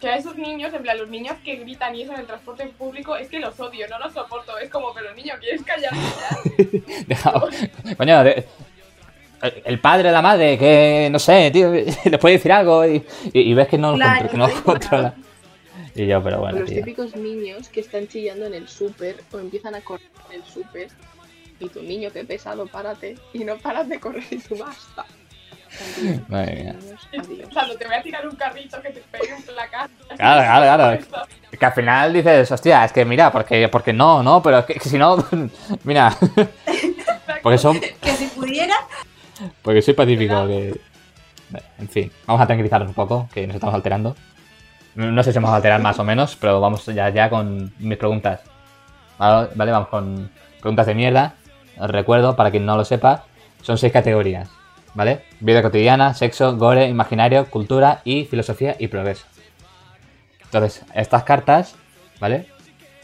Speaker 4: Que a esos niños, en plan, los niños que gritan y eso en el transporte público, es que los odio, no los soporto. Es como, pero niño, ¿quieres callar?
Speaker 1: deja- Coño, de- el padre o la madre, que no sé, tío, les puede decir algo y, y- y ves que no, los
Speaker 3: Claro,
Speaker 1: contro- que no los
Speaker 3: sí,
Speaker 1: controla. Y yo, pero
Speaker 2: O
Speaker 1: bueno,
Speaker 2: los
Speaker 1: tío.
Speaker 2: típicos niños que están chillando en el súper o empiezan a correr en el súper y tu niño que pesado, párate y no paras de correr y tú basta. Adiós,
Speaker 1: Madre mía.
Speaker 2: niños,
Speaker 4: O
Speaker 2: adiós.
Speaker 4: sea, no te voy a tirar un carrito que te pegue un placar.
Speaker 1: Claro, claro, claro. Que al final dices, hostia, es que mira, porque, porque no, no, pero es que, que si no, mira, porque son,
Speaker 3: Que si pudiera,
Speaker 1: porque soy pacífico. que- En fin, vamos a tranquilizarnos un poco, que nos estamos alterando. No sé si vamos a alterar más o menos, pero vamos ya, ya con mis preguntas. Vale, Vale, vamos con preguntas de mierda. Os recuerdo, para quien no lo sepa, son seis categorías, ¿vale? Vida cotidiana, sexo, gore, imaginario, cultura y filosofía y progreso. Entonces, estas cartas, ¿vale?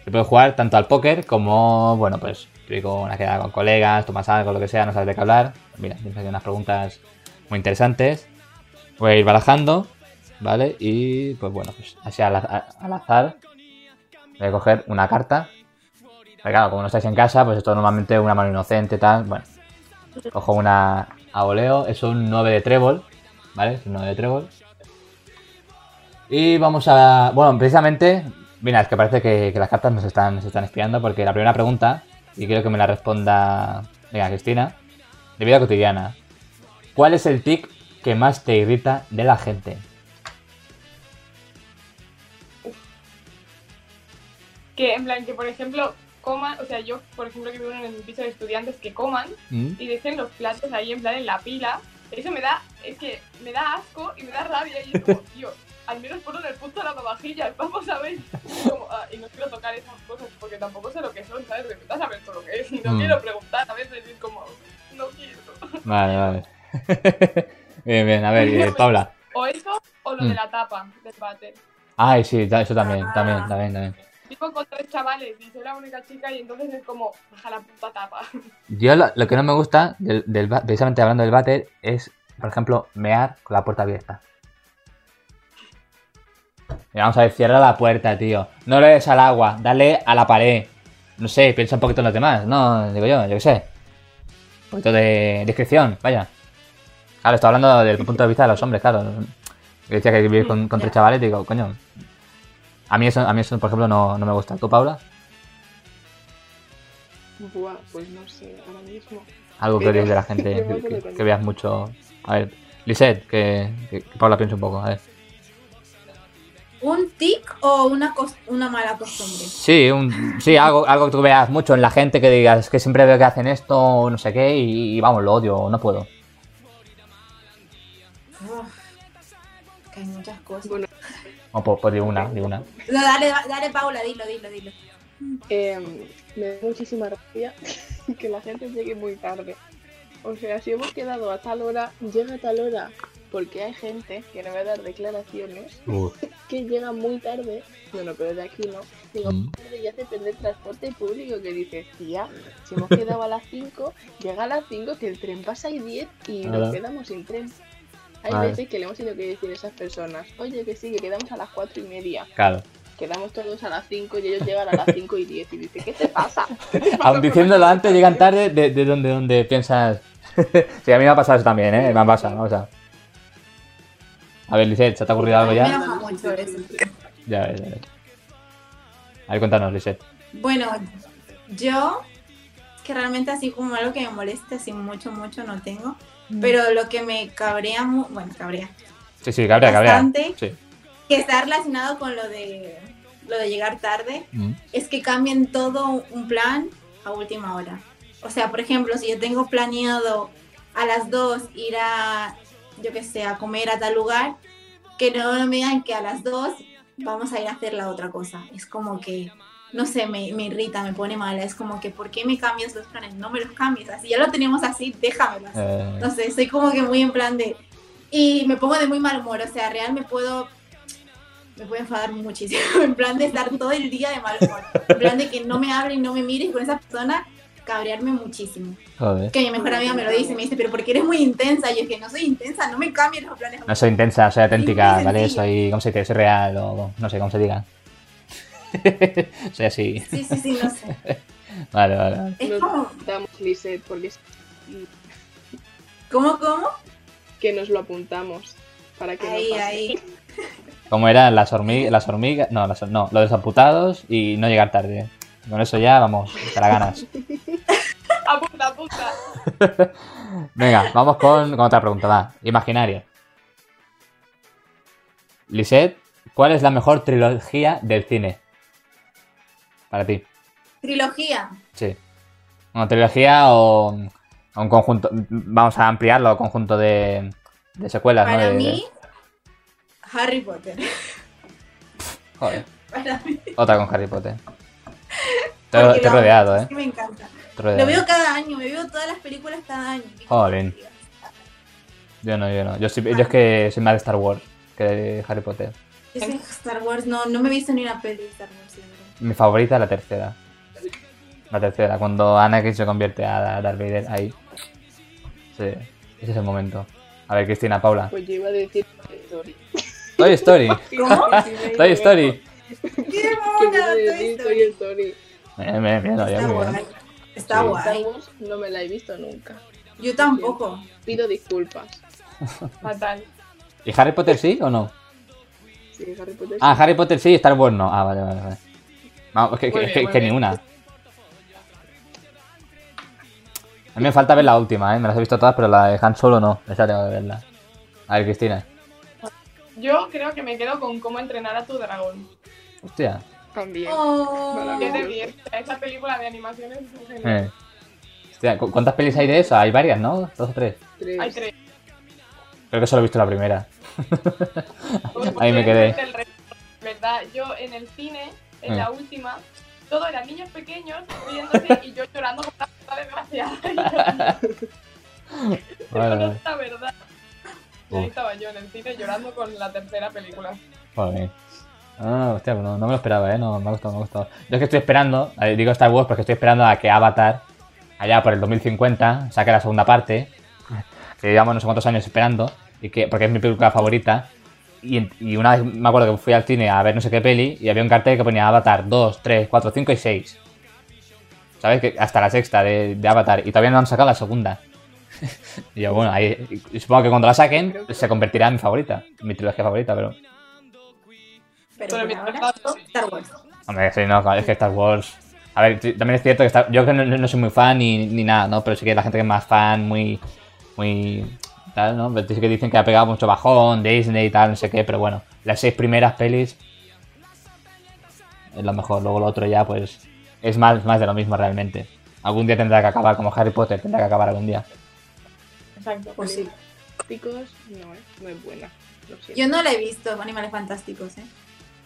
Speaker 1: Se puede jugar tanto al póker como, bueno, pues, digo, una quedada con colegas, tomas algo, lo que sea, no sabes de qué hablar. Mira, siempre hay unas preguntas muy interesantes. Voy a ir barajando ¿vale? Y pues bueno, pues así al, a- al azar voy a coger una carta. Porque claro, como no estáis en casa, pues esto normalmente es una mano inocente, tal, bueno. Cojo una a voleo, es un 9 de trébol, ¿vale? Es un 9 de trébol. Y vamos a... Bueno, precisamente... Mira, es que parece que, que las cartas nos están, nos están espiando porque la primera pregunta, y quiero que me la responda... Venga, Cristina. De vida cotidiana. ¿Cuál es el tic que más te irrita de la gente?
Speaker 4: Que en plan, que por ejemplo coman, o sea, yo por ejemplo que vivo en un piso de estudiantes que coman
Speaker 1: ¿Mm?
Speaker 4: y dejen los platos ahí en plan en la pila, eso me da, es que me da asco y me da rabia y es como, tío, al menos ponlo en el punto de la papajilla, vamos a ver. Y, como, ah, y no quiero tocar esas cosas porque tampoco sé lo que son, ¿sabes? Me gusta saber todo lo que es y no
Speaker 1: Mm.
Speaker 4: quiero preguntar a veces y es como, no quiero.
Speaker 1: Vale, vale. bien, bien, a ver, eh, Paula.
Speaker 4: O eso o lo
Speaker 1: Mm.
Speaker 4: de la tapa del váter.
Speaker 1: Ay, Ah, sí, ta- eso también, también, también, también.
Speaker 4: Vivo con tres chavales y soy la única chica y entonces es como, baja la puta tapa.
Speaker 1: Yo lo, lo que no me gusta, del, del ba- precisamente hablando del váter, es, por ejemplo, mear con la puerta abierta. Y vamos a ver, cierra la puerta, tío. No le des al agua, dale a la pared. No sé, piensa un poquito en los demás, ¿no? Digo yo, yo qué sé. Un poquito de discreción, vaya. Claro, estoy hablando del punto de vista de los hombres, claro. Yo decía que vivir con, con tres chavales, digo, coño. A mí eso, a mí eso por ejemplo, no, no me gusta. ¿Tú, Paula?
Speaker 2: Buah, pues no sé, ahora mismo.
Speaker 1: Algo que
Speaker 2: Pero-
Speaker 1: odies de la gente,
Speaker 2: Yo me
Speaker 1: que,
Speaker 2: quedo
Speaker 1: que-
Speaker 2: con
Speaker 1: que
Speaker 2: eso.
Speaker 1: veas mucho. A ver, Lisette, que, que, que Paula piense un poco, a ver.
Speaker 3: ¿Un tic o una, cos- una mala costumbre?
Speaker 1: Sí, un, sí algo, algo que tú veas mucho en la gente que digas "Es que siempre veo que hacen esto, no sé qué, y, y vamos, lo odio, no puedo.
Speaker 3: Uf, que hay muchas cosas.
Speaker 2: Bueno.
Speaker 1: O pues, pues digo una, digo una.
Speaker 3: No, dale, dale, Paula, dilo, dilo, dilo.
Speaker 2: Eh, me da muchísima rabia que la gente llegue muy tarde. O sea, si hemos quedado a tal hora, llega a tal hora. Porque hay gente que no va a dar declaraciones que llega muy tarde. Bueno, pero de aquí no. Digo,
Speaker 1: Mm.
Speaker 2: tarde y hace perder transporte público. Que dices, tía, si hemos quedado a las 5, llega a las 5, que el tren pasa y 10 y
Speaker 1: Ala.
Speaker 2: nos quedamos sin tren. Hay
Speaker 1: Vale.
Speaker 2: veces que le hemos tenido que decir a esas personas, oye, que sí, que quedamos a las 4 y media.
Speaker 1: Claro.
Speaker 2: Quedamos todos a las 5 y ellos llegan a las 5 y 10 y dice, ¿qué te pasa?
Speaker 1: Aun diciéndolo antes, llegan tarde, de, de donde, donde piensas. sí, a mí me ha pasado eso también, ¿eh? Me ha pasado, me ha pasado. A ver, Lisette, ¿se te ha ocurrido algo
Speaker 3: Me
Speaker 1: ya?
Speaker 3: enoja mucho eso.
Speaker 1: Ya ves, ya ves. A ver, contanos, Lisette.
Speaker 3: Bueno, yo, que realmente así como algo que me moleste, así mucho, mucho no tengo. Pero lo que me cabrea, mu- bueno, cabrea,
Speaker 1: Sí, sí, cabrea, cabrea.
Speaker 3: Bastante.
Speaker 1: Sí.
Speaker 3: que está relacionado con lo de, lo de llegar tarde,
Speaker 1: Mm.
Speaker 3: es que cambien todo un plan a última hora. O sea, por ejemplo, si yo tengo planeado a las 2 ir a, yo qué sé, a comer a tal lugar, que no me digan que a las 2 vamos a ir a hacer la otra cosa. Es como que, no sé, me, me irrita, me pone mala. Es como que, ¿por qué me cambias los planes? No me los cambies. Así ya lo tenemos así, déjamelo así.
Speaker 1: Eh,
Speaker 3: No sé, soy como que muy en plan de... Y me pongo de muy mal humor, o sea, real me puedo... Me puedo enfadar muchísimo, en plan de estar todo el día de mal humor. En plan de que no me hable y no me mire y con esa persona cabrearme muchísimo.
Speaker 1: joder.
Speaker 3: Que mi mejor amiga me lo dice, me dice, pero porque eres muy intensa. Y yo es que no soy intensa, no me cambien los planes.
Speaker 1: No soy intensa, soy auténtica,
Speaker 3: Sí,
Speaker 1: ¿vale?
Speaker 3: sencilla.
Speaker 1: Soy, ¿cómo se dice? Soy real o no sé cómo se diga. soy así.
Speaker 3: Sí, sí, sí, no sé.
Speaker 1: Vale, vale, vale.
Speaker 3: Es
Speaker 2: Nos
Speaker 3: como,
Speaker 2: damos Lisette porque es
Speaker 3: ¿cómo, cómo?
Speaker 2: que nos lo apuntamos para que
Speaker 3: Ahí,
Speaker 2: no pase.
Speaker 3: ahí.
Speaker 1: ¿Cómo eran las hormigas? Las hormigas no, las, no, los desamputados y no llegar tarde. Con eso ya, vamos, te la ganas.
Speaker 4: Apunta, apunta.
Speaker 1: Venga, vamos con, con otra pregunta, va. Imaginaria. Lisette, ¿cuál es la mejor trilogía del cine? Para ti.
Speaker 3: Trilogía.
Speaker 1: Sí. Una trilogía o o un conjunto. Vamos a ampliarlo, conjunto de, de secuelas, ¿no?
Speaker 3: Para
Speaker 1: De-
Speaker 3: mí, Harry Potter.
Speaker 1: Joder,
Speaker 3: Para mí,
Speaker 1: otra con Harry Potter. Te, te
Speaker 3: porque
Speaker 1: he
Speaker 3: lo amo,
Speaker 1: rodeado,
Speaker 3: es
Speaker 1: ¿eh?
Speaker 3: que me encanta.
Speaker 1: Te he rodeado.
Speaker 3: Lo veo cada año, me veo todas las películas cada año.
Speaker 1: Jolín. Yo no, yo no. Yo, soy- yo es que soy más de Star Wars que de Harry Potter.
Speaker 3: Yo soy Star Wars, no, no me he visto ni una peli de Star Wars. de verdad.
Speaker 1: Mi favorita es la tercera. La tercera, cuando Anakin se convierte a Darth Vader ahí. Sí, ese es el momento. A ver, Cristina, Paula.
Speaker 2: Pues yo iba a decir Toy Story.
Speaker 1: Toy Story.
Speaker 3: ¿Cómo?
Speaker 1: Toy Story.
Speaker 3: ¡Qué
Speaker 2: ¿Qué
Speaker 3: mona!
Speaker 2: quiero
Speaker 3: Toy
Speaker 2: decir
Speaker 3: Story.
Speaker 2: Toy Story?
Speaker 1: Bien, bien, bien, oye,
Speaker 3: Está
Speaker 1: muy bien.
Speaker 3: guay. Está
Speaker 1: Sí.
Speaker 2: Star
Speaker 3: guay.
Speaker 2: Wars no me la he visto nunca.
Speaker 3: Yo tampoco.
Speaker 2: Pido disculpas.
Speaker 4: Fatal.
Speaker 1: ¿Y Harry Potter sí o no?
Speaker 2: Sí, Harry Potter.
Speaker 1: Ah, Harry Potter sí y Star Wars no. Ah, vale, vale, vale. Vamos, es que,
Speaker 4: Muy
Speaker 1: es
Speaker 4: bien,
Speaker 1: que-
Speaker 4: muy
Speaker 1: que ni
Speaker 4: bien.
Speaker 1: una. A mí me falta ver la última, ¿eh? Me las he visto todas, pero la de Han Solo no. Esa tengo que verla. A ver, Cristina.
Speaker 4: Yo creo que me quedo con cómo entrenar a tu dragón.
Speaker 1: Hostia.
Speaker 2: También.
Speaker 3: Oh.
Speaker 4: Que es de fiesta. Esa película de animaciones es genial.
Speaker 1: Eh. Hostia, ¿cu- ¿cuántas pelis hay de eso? Hay varias, ¿no? Dos o tres.
Speaker 2: Tres.
Speaker 4: Hay tres.
Speaker 1: Creo que solo he visto la primera. Ahí me quedé.
Speaker 4: El resto, ¿Verdad? Yo en el cine, en
Speaker 1: Mm.
Speaker 4: la última, todo eran niños pequeños riéndose y yo llorando con la puta desgraciada. Pero
Speaker 1: Vale,
Speaker 4: no
Speaker 1: vale.
Speaker 4: está verdad. Y ahí estaba yo en el cine llorando con la tercera película.
Speaker 1: Joder. Ah, hostia, pues no, no me lo esperaba, ¿eh? No, me ha gustado, me ha gustado. Yo es que estoy esperando, eh, digo Star Wars porque estoy esperando a que Avatar, allá por el 2050, saque la segunda parte, que llevamos no sé cuántos años esperando, y que, porque es mi película favorita. Y, en- y una vez me acuerdo que fui al cine a ver no sé qué peli y había un cartel que ponía Avatar 2, 3, 4, 5 y 6. ¿Sabes? Que hasta la sexta de, de Avatar y todavía no han sacado la segunda. y yo, bueno, ahí, y supongo que cuando la saquen se convertirá en mi favorita, mi trilogía favorita, pero...
Speaker 3: Pero
Speaker 4: Pero
Speaker 3: por
Speaker 4: mientras
Speaker 3: ahora,
Speaker 4: tanto,
Speaker 3: Star Wars.
Speaker 1: Hombre, sí, no, es que Star Wars. A ver, t- también es cierto que Star- yo que no, no soy muy fan ni, ni nada, ¿no? Pero sí que la gente que es más fan, muy. muy. tal, ¿no? Pero sí que dicen que ha pegado mucho bajón, Disney y tal, no sé qué, pero bueno, las seis primeras pelis. es lo mejor, luego lo otro ya, pues. es más, más de lo mismo realmente. Algún día tendrá que acabar, como Harry Potter, tendrá que acabar algún día.
Speaker 4: Exacto.
Speaker 3: Pues sí.
Speaker 2: Picos no es, no es buena. Lo siento.
Speaker 3: Yo no la he visto, Animales Fantásticos, ¿eh?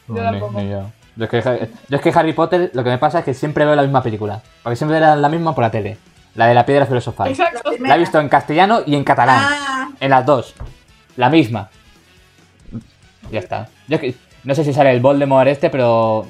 Speaker 4: Yo
Speaker 1: Ni-
Speaker 4: tampoco.
Speaker 1: ni yo. Yo es, que, Har- yo es que Harry Potter, lo que me pasa es que siempre veo la misma película. Porque siempre era la misma por la tele. La de la piedra filosofal.
Speaker 4: Exacto.
Speaker 1: La he visto en castellano y en catalán.
Speaker 3: Ah,
Speaker 1: En las dos. La misma. Ya está. Yo es que- no sé si sale el Voldemort este, pero.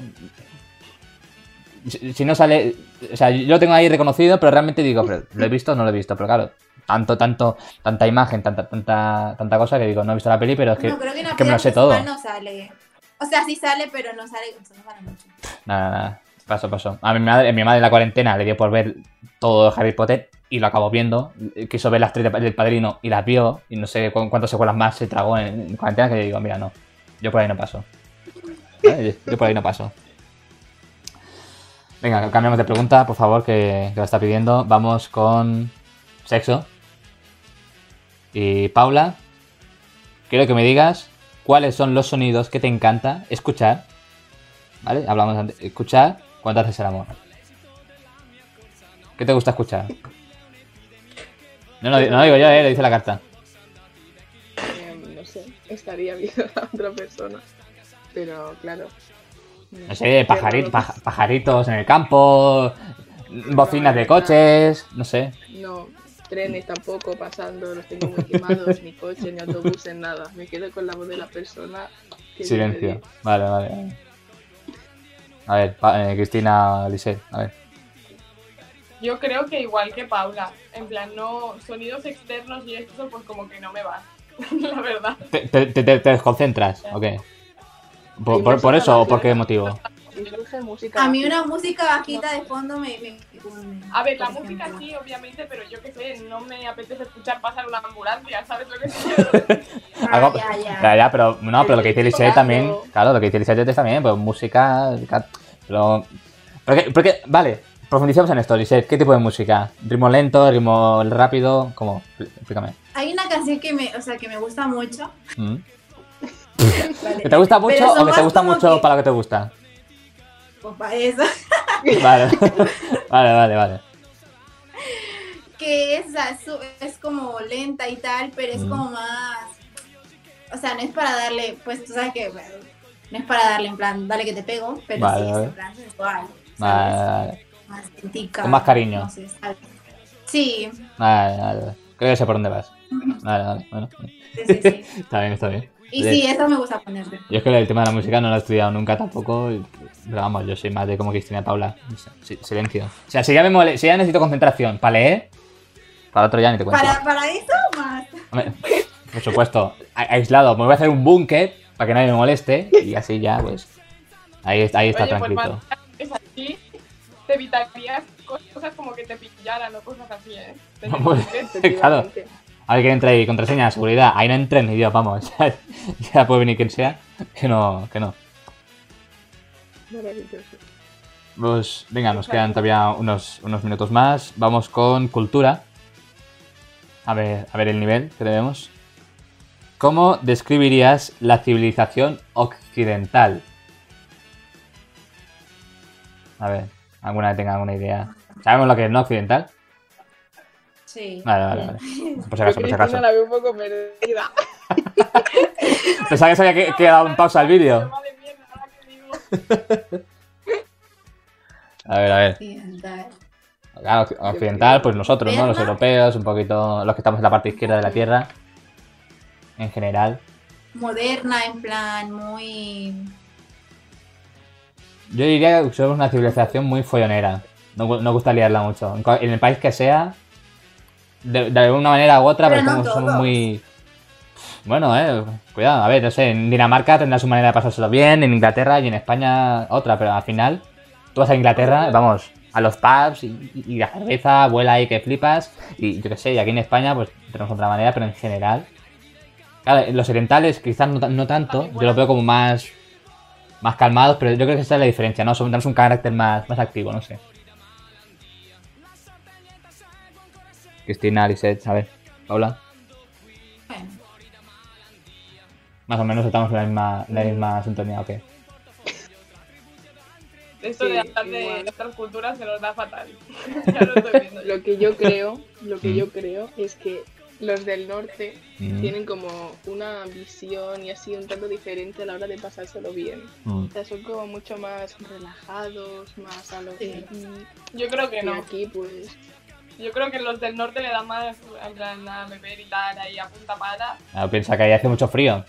Speaker 1: Si, si no sale. O sea, yo lo tengo ahí reconocido, pero realmente digo, pero, ¿lo he visto o no lo he visto? Pero claro, tanto, tanto, tanta imagen, tanta, tanta, tanta cosa que digo, no he visto la peli, pero es que.
Speaker 3: no, creo que en
Speaker 1: es
Speaker 3: la
Speaker 1: que me lo sé
Speaker 3: película
Speaker 1: todo.
Speaker 3: no sale. O sea, sí sale, pero no sale, o sea, no sale mucho.
Speaker 1: Nada, nada. Paso, paso. A mi madre, mi madre en la cuarentena le dio por ver todo Harry Potter y lo acabó viendo. Quiso ver las tres de- del padrino y las vio. Y no sé cu- cuántas secuelas más se tragó en, en cuarentena que yo digo, mira, no. Yo por ahí no paso. ¿Vale? Yo por ahí no paso. Venga, cambiamos de pregunta, por favor, que, que lo está pidiendo. Vamos con sexo. Y Paula, quiero que me digas cuáles son los sonidos que te encanta escuchar ¿Vale? Hablamos antes. Escuchar cuando haces el amor. ¿Qué te gusta escuchar? No, no, no lo digo yo, eh, lo dice la carta.
Speaker 2: Em, no sé. Estaría viendo a otra persona. Pero claro.
Speaker 1: No sé, pajari-
Speaker 2: Pero-
Speaker 1: paja- pajaritos en el campo, bocinas de coches, no sé.
Speaker 2: No, trenes tampoco pasando, los tengo muy quemados, ni coche, ni autobuses, nada. Me quedo con la voz de la persona. que
Speaker 1: Silencio.
Speaker 2: vive
Speaker 1: Vale, vale. A ver, pa- eh, Cristina, Lisset, a ver.
Speaker 4: Yo creo que igual que Paula. En plan, no sonidos externos y esto, pues como que no me va. la verdad.
Speaker 1: ¿Te, te- te- te desconcentras o qué? ¿Por, por- por eso o por qué motivo?
Speaker 2: de- Y surge música.
Speaker 3: A mí una música bajita de fondo me... me- me-
Speaker 4: A ver, la
Speaker 3: por
Speaker 4: música
Speaker 3: ejemplo.
Speaker 4: sí, obviamente, pero yo qué sé, no me apetece escuchar pasar una ambulancia, ¿sabes lo que quiero?
Speaker 3: Ah,
Speaker 1: Algo-
Speaker 3: ya, ya.
Speaker 1: Ya, ya, pero, no, pero lo que dice Lisette
Speaker 2: Claro.
Speaker 1: también, claro, lo que dice Lisette es también, pues música, ca- pero, porque, porque- vale, profundicemos en esto, Lisette, ¿qué tipo de música? ¿Ritmo lento, ritmo rápido? ¿Cómo? Explícame.
Speaker 3: Hay una canción que me, o sea, que me gusta mucho.
Speaker 1: ¿Mm?
Speaker 3: Vale.
Speaker 1: ¿Que te gusta mucho
Speaker 3: Pero son
Speaker 1: o que te
Speaker 3: más
Speaker 1: gusta
Speaker 3: como
Speaker 1: mucho
Speaker 3: que-
Speaker 1: para lo que te gusta?
Speaker 3: Pues para eso.
Speaker 1: Vale, vale, vale, vale.
Speaker 3: Que es, o sea, su- es como lenta y tal, pero es
Speaker 1: Mm.
Speaker 3: como más... O sea, no es para darle, pues tú sabes que... bueno, no es para darle en plan, dale que te pego, pero
Speaker 1: Vale,
Speaker 3: sí
Speaker 1: vale.
Speaker 3: es en plan sensual. ¿sabes?
Speaker 1: Vale, vale,
Speaker 3: Más lentica,
Speaker 1: Con más cariño.
Speaker 3: no sé, ¿sabes? Sí,
Speaker 1: vale, vale, vale. Creo que sé por dónde vas. Vale, vale, bueno.
Speaker 3: sí, sí, sí.
Speaker 1: Está bien, está bien.
Speaker 3: Y
Speaker 1: Vale.
Speaker 3: sí, eso me gusta ponerte.
Speaker 1: Yo es que el tema de la música no lo he estudiado nunca tampoco, y- pero vamos, yo soy más de como Cristina Paula. No sé, si- Silencio. O sea, si ya, me mole- si ya necesito concentración para leer, para otro ya ni te cuento.
Speaker 3: Para, para eso más.
Speaker 1: Hombre, Por supuesto, a- aislado, me voy a hacer un búnker para para que nadie me moleste y así ya, pues. Ahí, ahí está
Speaker 4: Oye, pues,
Speaker 1: tranquilo.
Speaker 4: es así, te evitarías cosas como que te pillaran o cosas así, ¿eh? Te-
Speaker 1: No, pues,
Speaker 4: te- te-
Speaker 1: claro. Alguien entra ahí, contraseña, seguridad. Ahí no entres ni Dios, vamos. ya puede venir quien sea. Que no, que no.
Speaker 2: Maravilloso.
Speaker 1: Pues venga, nos quedan todavía unos, unos minutos más. Vamos con cultura. A ver, a ver el nivel que tenemos. ¿Cómo describirías la civilización occidental? A ver, alguna que tenga alguna idea. ¿Sabemos lo que es no occidental?
Speaker 3: Sí.
Speaker 1: Vale, vale, vale. Por si acaso,
Speaker 2: Yo
Speaker 1: por si
Speaker 2: Cristina
Speaker 1: acaso.
Speaker 2: la veo un poco perdida.
Speaker 1: Pensaba que se había que- quedado en pausa el vídeo.
Speaker 4: Madre mía, ahora que digo,
Speaker 1: A ver, a ver.
Speaker 3: Occidental.
Speaker 1: Claro, occ- occidental, pues nosotros, ¿no? Los
Speaker 3: Berna.
Speaker 1: europeos, un poquito los que estamos en la parte izquierda de la Tierra, en general.
Speaker 3: Moderna, en plan, muy.
Speaker 1: Yo diría que somos una civilización muy follonera. No, gu- no gusta liarla mucho. En, cua- en el país que sea, de, de alguna manera u otra, pero,
Speaker 3: Pero no
Speaker 1: somos, somos
Speaker 3: todos.
Speaker 1: muy... Bueno, eh, cuidado, a ver, no sé, en Dinamarca tendrá su manera de pasárselo bien, en Inglaterra y en España otra, pero al final tú vas a Inglaterra, vamos, a los pubs y, y- y la cerveza vuela ahí que flipas, y yo qué sé, y aquí en España pues tenemos otra manera, pero en general... Claro, los orientales quizás no, ta- no tanto, yo los veo como más más calmados, pero yo creo que esa es la diferencia, ¿no? Son, tenemos un carácter más, más activo, no sé. Cristina, Lisette, a ver, Paula,
Speaker 3: Bueno,
Speaker 1: más o menos estamos en la misma, en la misma sintonía, ¿ok?
Speaker 4: Esto
Speaker 2: Sí,
Speaker 4: de hablar de
Speaker 2: igual.
Speaker 4: otras culturas se nos da fatal. ya lo estoy viendo. yo.
Speaker 2: Lo que yo creo, lo que
Speaker 1: Mm.
Speaker 2: yo creo es que los del norte
Speaker 1: Mm,
Speaker 2: tienen como una visión y así un tanto diferente a la hora de pasárselo bien.
Speaker 1: mm.
Speaker 2: O sea, son como mucho más relajados, más a lo
Speaker 3: Sí.
Speaker 4: Yo creo que
Speaker 2: Y
Speaker 4: no.
Speaker 2: aquí, pues,
Speaker 4: Yo creo que los del norte le dan más en plan, a beber y tal, ahí a punta pala.
Speaker 1: Ah, piensa que ahí hace mucho frío.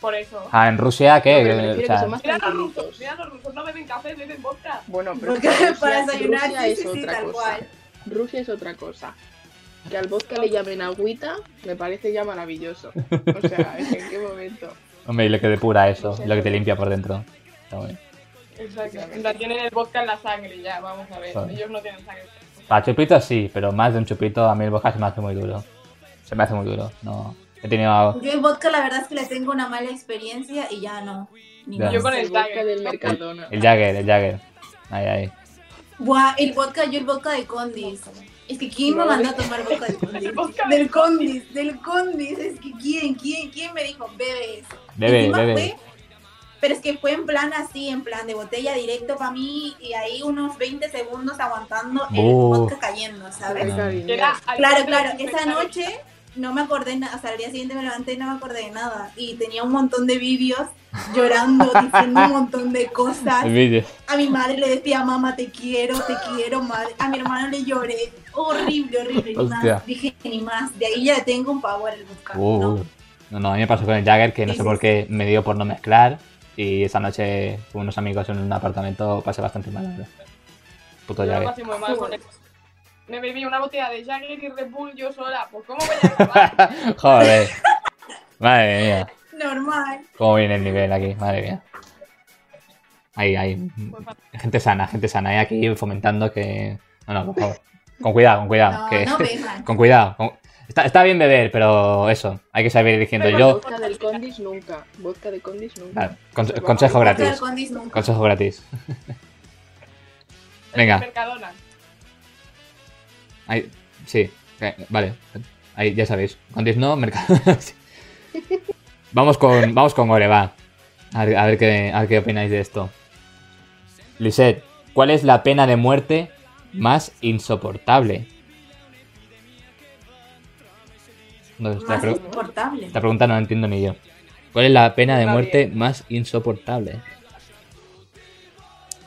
Speaker 4: Por eso.
Speaker 1: Ah, en Rusia,
Speaker 2: No,
Speaker 1: ¿qué?
Speaker 2: pero me refiero
Speaker 1: O
Speaker 2: que
Speaker 1: sea,
Speaker 2: son más
Speaker 4: Mira los
Speaker 2: tranquilitos.
Speaker 4: rusos, mira los rusos, no beben café, beben vodka.
Speaker 2: Bueno, pero
Speaker 3: porque
Speaker 2: Rusia-
Speaker 3: para desayunar,
Speaker 2: Rusia
Speaker 3: sí,
Speaker 2: es
Speaker 3: sí, sí,
Speaker 2: otra
Speaker 3: tal
Speaker 2: cosa.
Speaker 3: cual.
Speaker 2: Rusia es otra cosa. Que al vodka le llamen agüita me parece ya maravilloso. O sea, es que en qué momento.
Speaker 1: Hombre, y lo que depura eso,
Speaker 2: No sé.
Speaker 1: y lo que te limpia por dentro. Está muy bien.
Speaker 4: Exacto. En plan, tienen el vodka en la sangre, ya, vamos a ver.
Speaker 1: Vale.
Speaker 4: Ellos no tienen sangre.
Speaker 1: Para chupitos sí, pero más de un chupito a mí el vodka se me hace muy duro. Se me hace muy duro, no. He tenido...
Speaker 3: Yo en vodka, la verdad es que le tengo una mala experiencia y ya no. Ni
Speaker 1: Ya.
Speaker 3: más.
Speaker 4: Yo con
Speaker 2: El
Speaker 4: el
Speaker 2: vodka
Speaker 4: Tiger.
Speaker 2: del
Speaker 4: ¿no?
Speaker 2: Mercadona.
Speaker 1: El Jagger, el Jagger. Ahí, ahí.
Speaker 3: Buah, el vodka, yo el vodka de Condis. Es que ¿quién me
Speaker 2: Madre.
Speaker 3: mandó a tomar vodka de Condis?
Speaker 4: vodka de
Speaker 3: del Condis, del Condis. Es que ¿quién, quién, quién me dijo, bebe eso?
Speaker 1: Bebe,
Speaker 3: Encima
Speaker 1: bebe.
Speaker 3: fue- pero es que fue en plan así, en plan de botella directo para mí y ahí unos 20 segundos aguantando el
Speaker 1: Buh.
Speaker 3: vodka cayendo, ¿sabes?
Speaker 2: Ay, cariño.
Speaker 4: Era
Speaker 3: Claro,
Speaker 4: alcohol
Speaker 3: claro, esa
Speaker 4: desinfectante.
Speaker 3: noche no me acordé, na- hasta el día siguiente me levanté y no me acordé de nada. Y tenía un montón de vídeos llorando, diciendo un montón de cosas.
Speaker 1: El vídeo.
Speaker 3: A mi madre le decía, mamá, te quiero, te quiero, madre. A mi hermano le lloré. Horrible, horrible. Ni
Speaker 1: Hostia.
Speaker 3: más. Dije, ni más. De ahí ya tengo un pavor al vodka.
Speaker 1: Uh,
Speaker 3: ¿no?
Speaker 1: uh. No, no, a mí me pasó con el Jagger que no
Speaker 3: Sí,
Speaker 1: sé
Speaker 3: sí,
Speaker 1: por qué me dio por no mezclar y esa noche con unos amigos en un apartamento pasé bastante mal, la verdad. Puto
Speaker 4: Yo lo
Speaker 1: Jagger.
Speaker 4: pasé muy mal con
Speaker 3: Joder.
Speaker 4: eso. Me bebí una botella de Jagger y Red Bull yo sola. Pues, ¿cómo voy a acabar?
Speaker 1: Joder. Madre mía.
Speaker 3: Normal.
Speaker 1: Cómo viene el nivel aquí, madre mía. Ahí, ahí. Gente sana, gente sana. Y aquí fomentando que... No, no, por favor. Con cuidado, con cuidado.
Speaker 3: No,
Speaker 1: que-
Speaker 3: no beban.
Speaker 1: Con cuidado. con- Está, está bien beber, pero eso. Hay que saber ir diciendo
Speaker 4: Pero
Speaker 1: yo.
Speaker 4: no-
Speaker 2: Vodka del Condis nunca. Vodka de Condis nunca.
Speaker 1: Claro, Ah, conse- consejo
Speaker 3: Vodka
Speaker 1: gratis.
Speaker 3: al Condis nunca.
Speaker 1: Consejo gratis.
Speaker 4: El
Speaker 1: Venga.
Speaker 4: Mercadona.
Speaker 1: Ahí, sí, eh, vale. Ahí, ya sabéis. Condis no, mercado. Sí. vamos con vamos con Gore, va. A ver, a ver qué, a ver qué opináis de esto. Lisette, ¿cuál es la pena de muerte más insoportable? No, esta,
Speaker 3: Más
Speaker 1: pre-
Speaker 3: insoportable.
Speaker 1: esta pregunta no la entiendo ni yo. ¿Cuál es la pena de
Speaker 4: Está
Speaker 1: muerte más insoportable?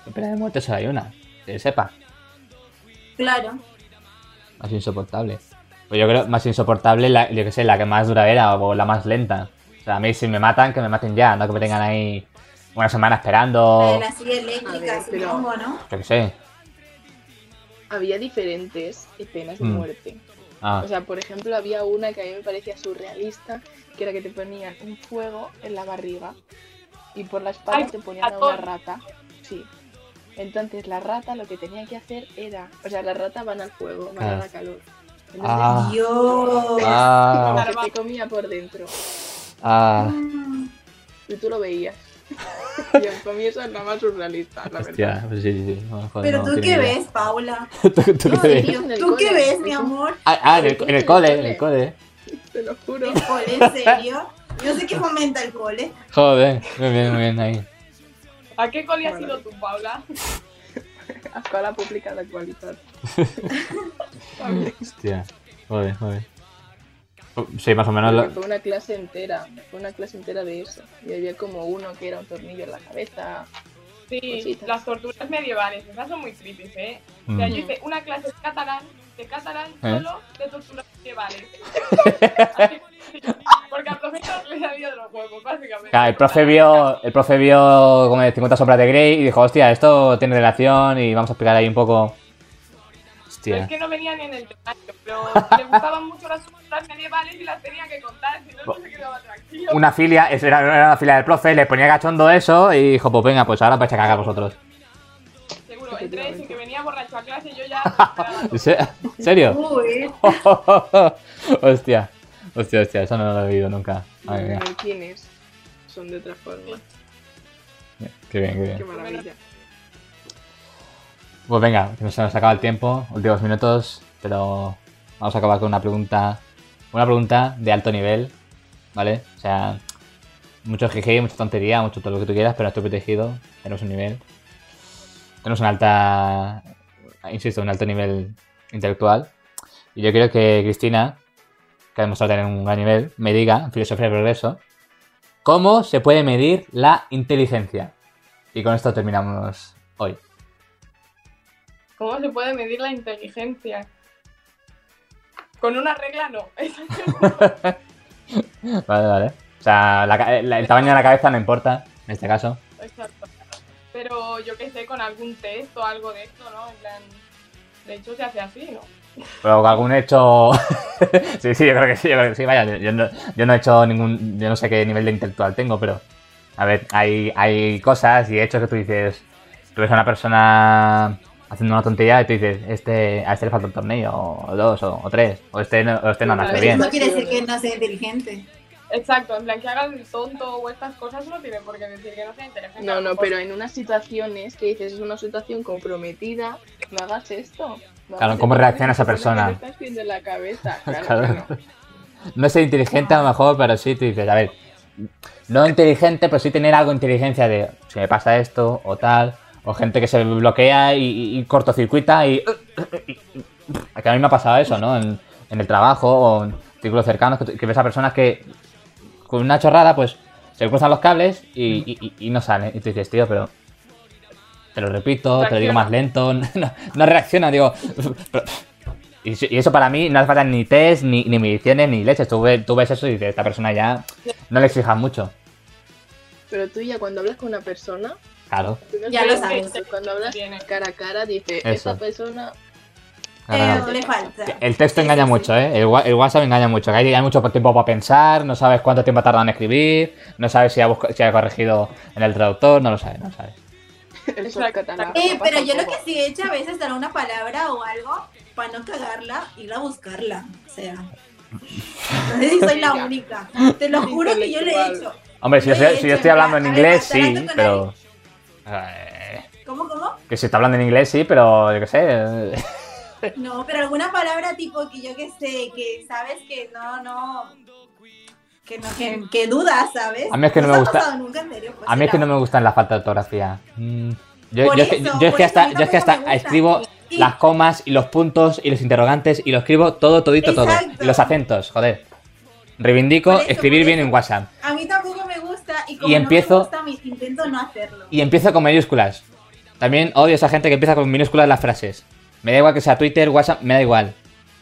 Speaker 1: La pena de muerte solo hay una, que sepa.
Speaker 3: Claro.
Speaker 1: Más insoportable. Pues yo creo más insoportable, la, yo que sé, la que más duradera o la más lenta. O sea, a mí si me matan, que me maten ya, no que me tengan ahí una semana
Speaker 3: La de
Speaker 1: esperando.
Speaker 3: la silla eléctrica,
Speaker 2: A ver, pero-
Speaker 3: supongo, ¿no?
Speaker 1: Yo que sé.
Speaker 2: Había diferentes penas de
Speaker 1: Mm.
Speaker 2: muerte.
Speaker 1: Ah,
Speaker 2: O sea, por ejemplo, había una que a mí me parecía surrealista, que era que te ponían un fuego en la barriga y por la espalda
Speaker 4: Ay,
Speaker 2: te ponían a
Speaker 4: ratón.
Speaker 2: una rata. Sí. Entonces la rata lo que tenía que hacer era, o sea, la rata van al fuego, van a la
Speaker 1: Claro.
Speaker 2: calor. Entonces,
Speaker 1: Ah.
Speaker 3: Dios.
Speaker 1: ah,
Speaker 2: lo que te comía por dentro
Speaker 1: ah.
Speaker 3: Mm.
Speaker 2: y tú lo veías. y para mí eso es la más surrealista, la verdad.
Speaker 1: Hostia, pues sí, sí, sí. no, joder,
Speaker 3: Pero
Speaker 1: no, tiene
Speaker 3: tú qué
Speaker 1: idea.
Speaker 3: ves, Paula.
Speaker 1: ¿Tú, tú
Speaker 3: No,
Speaker 1: qué ves?
Speaker 3: Dios,
Speaker 2: En el
Speaker 3: ¿Tú qué
Speaker 2: cole,
Speaker 3: ves,
Speaker 2: eso.
Speaker 3: mi amor?
Speaker 1: Ah, ah, en, el, en el cole, en el cole.
Speaker 2: Te lo juro.
Speaker 3: ¿El cole, en serio? Yo sé que fomenta el cole.
Speaker 1: Joder, muy bien, muy bien ahí.
Speaker 4: ¿A qué cole has ido
Speaker 2: Maravilla.
Speaker 4: tú, Paula?
Speaker 2: Hasta la pública de actualidad.
Speaker 1: Hostia, joder, joder. Oh, Sí, más o menos
Speaker 2: Porque
Speaker 1: lo...
Speaker 2: Fue una clase entera, fue una clase entera de eso. Y había como uno que era un tornillo en la cabeza.
Speaker 4: Sí,
Speaker 2: Cositas.
Speaker 4: las torturas medievales, esas son muy creepy, ¿eh? O
Speaker 1: mm.
Speaker 4: sea, yo hice una clase de catalán, de catalán
Speaker 1: ¿Eh?
Speaker 4: solo de torturas medievales. Porque al profesor le salía de los huevos, básicamente.
Speaker 1: Claro, el profe vio, el profe vio como de 50 sombras de Grey y dijo, hostia, esto tiene relación y vamos a explicar ahí un poco. Hostia.
Speaker 4: Pero Es que no venía ni en el temario, pero le gustaban mucho las torturas medievales y las tenía que contar, si no, no se quedaba tranquilo.
Speaker 1: Una filia, eso era, era una filia del profe, le ponía cachondo eso y dijo, pues venga, pues ahora vais a cagar vosotros.
Speaker 4: Seguro, entré sin que venía borracho a clase, yo ya...
Speaker 1: ¿En se- en serio?
Speaker 3: Uy,
Speaker 1: hostia. Hostia, hostia, eso no lo he vivido nunca. Madre mía.
Speaker 2: No tienes. Son de otra forma.
Speaker 1: Qué bien, qué bien.
Speaker 2: Qué maravilla.
Speaker 1: Pues venga, que se nos acaba el tiempo, últimos minutos, pero vamos a acabar con una pregunta, una pregunta de alto nivel, ¿vale? O sea, mucho jeje, mucha tontería, mucho todo lo que tú quieras, pero estoy protegido, tenemos un nivel, tenemos un alta, insisto, un alto nivel intelectual, y yo quiero que Cristina, que ha demostrado tener un gran nivel, me diga, en filosofía de progreso, cómo se puede medir la inteligencia. Y con esto terminamos hoy.
Speaker 4: ¿Cómo se puede medir la inteligencia? Con una regla no. Eso
Speaker 1: Vale, vale. O sea, la ca- eh, la- el tamaño de la cabeza no importa, en este caso.
Speaker 4: Exacto. Pero yo qué sé, con algún test o algo de esto, ¿no? En plan, de hecho se hace así, ¿no?
Speaker 1: Pero algún hecho... sí, sí, yo creo que sí, yo creo que sí. Vaya, yo, yo no, yo no he hecho ningún... Yo no sé qué nivel de intelectual tengo, pero... A ver, hay, hay cosas y hechos que tú dices... Tú ves a una persona haciendo una tontería y tú dices, este, a este le falta un tornillo, o dos, o, o tres, o este no, o este no ha nacido
Speaker 4: Vale.
Speaker 1: bien.
Speaker 3: no quiere decir que no sea inteligente.
Speaker 4: Exacto, en plan que hagan el tonto o estas cosas no tienen por qué decir que no sea inteligente.
Speaker 2: No, no,
Speaker 4: Por-
Speaker 3: pues.
Speaker 2: pero en unas situaciones que dices, es una situación comprometida, no hagas esto. No
Speaker 1: Claro,
Speaker 2: hagas
Speaker 1: ¿cómo
Speaker 2: esto,
Speaker 1: reacciona esa
Speaker 2: porque
Speaker 1: persona?
Speaker 2: te estás viendo en la cabeza. Claro,
Speaker 1: Claro.
Speaker 2: que no.
Speaker 1: No ser inteligente a lo mejor, pero sí tú dices, a ver, no inteligente, pero sí tener algo de inteligencia de si me pasa esto o tal, o gente que se bloquea y, y- y cortocircuita y, que a mí me ha pasado eso, ¿no? En, en el trabajo o en círculos cercanos, que, que ves a personas que con una chorrada, pues se cruzan los cables y, y- y- y no salen. Y tú dices, tío, pero te lo repito, te lo digo
Speaker 4: Reacciona.
Speaker 1: más lento, no, no reacciona, digo, pero- y, si- y eso para mí no hace falta ni test, ni, ni mediciones, ni leches. Tú, ve- tú ves eso y dices, esta persona ya no le exijas mucho.
Speaker 2: Pero tú ya cuando hablas con una persona,
Speaker 1: Claro.
Speaker 2: primero
Speaker 3: Ya
Speaker 2: que
Speaker 3: lo
Speaker 2: nada,
Speaker 3: sabes.
Speaker 2: Cuando hablas
Speaker 4: Tiene.
Speaker 2: cara a cara, dices,
Speaker 1: Eso.
Speaker 2: esta persona
Speaker 1: claro,
Speaker 3: Pero
Speaker 1: claro.
Speaker 3: Eh, le falta.
Speaker 1: El texto
Speaker 3: Sí,
Speaker 1: engaña
Speaker 3: sí, sí.
Speaker 1: mucho, ¿eh? El, wa- el WhatsApp engaña mucho. Que hay, hay mucho tiempo para pensar, no sabes cuánto tiempo ha tardado en escribir, no sabes si ha, busca- si ha corregido en el traductor, no lo sabes, no lo sabes.
Speaker 2: es
Speaker 4: Exacto.
Speaker 2: catalán.
Speaker 3: Eh,
Speaker 2: no
Speaker 3: pero
Speaker 2: pasa
Speaker 3: yo lo
Speaker 2: poco.
Speaker 3: que sí he hecho a veces dar una palabra o algo para no cagarla, ir a buscarla. O sea, no sé si soy la única. Te lo juro que yo le he hecho.
Speaker 1: Hombre, si yo,
Speaker 3: Lo he
Speaker 1: estoy- si yo
Speaker 3: hecho,
Speaker 1: estoy
Speaker 3: en plan,
Speaker 1: hablando en
Speaker 3: a ver,
Speaker 1: inglés,
Speaker 3: vas hablando
Speaker 1: sí,
Speaker 3: con
Speaker 1: pero... Eh,
Speaker 3: ¿Cómo, cómo?
Speaker 1: Que si está hablando en inglés, sí, pero yo qué sé. eh,
Speaker 3: Pues No, pero alguna palabra tipo que yo que sé, que sabes que no, no. Que no, que, que dudas, ¿sabes?
Speaker 1: A mí es que no me
Speaker 3: se ha
Speaker 1: gusta-
Speaker 3: pasado nunca, en serio, pues,
Speaker 1: A mí es que no
Speaker 3: era-
Speaker 1: me gustan las faltas de ortografía. Mm, Yo,
Speaker 3: Por
Speaker 1: yo es que,
Speaker 3: eso,
Speaker 1: yo es
Speaker 3: por
Speaker 1: que
Speaker 3: eso a
Speaker 1: hasta,
Speaker 3: mí
Speaker 1: yo es que
Speaker 3: tampoco me
Speaker 1: hasta
Speaker 3: gusta.
Speaker 1: escribo
Speaker 3: Sí.
Speaker 1: las comas y los puntos y los interrogantes y lo escribo todo, todito, todo.
Speaker 3: Exacto.
Speaker 1: Y los acentos, joder. Reivindico
Speaker 3: Por eso,
Speaker 1: escribir
Speaker 3: por
Speaker 1: bien
Speaker 3: eso.
Speaker 1: en WhatsApp.
Speaker 3: A mí tampoco me gusta y como
Speaker 1: Y empiezo-
Speaker 3: no me gusta, me intento no hacerlo.
Speaker 1: Y empiezo con mayúsculas. También odio a esa gente que empieza con minúsculas las frases. Me da igual que sea Twitter, WhatsApp, me da igual.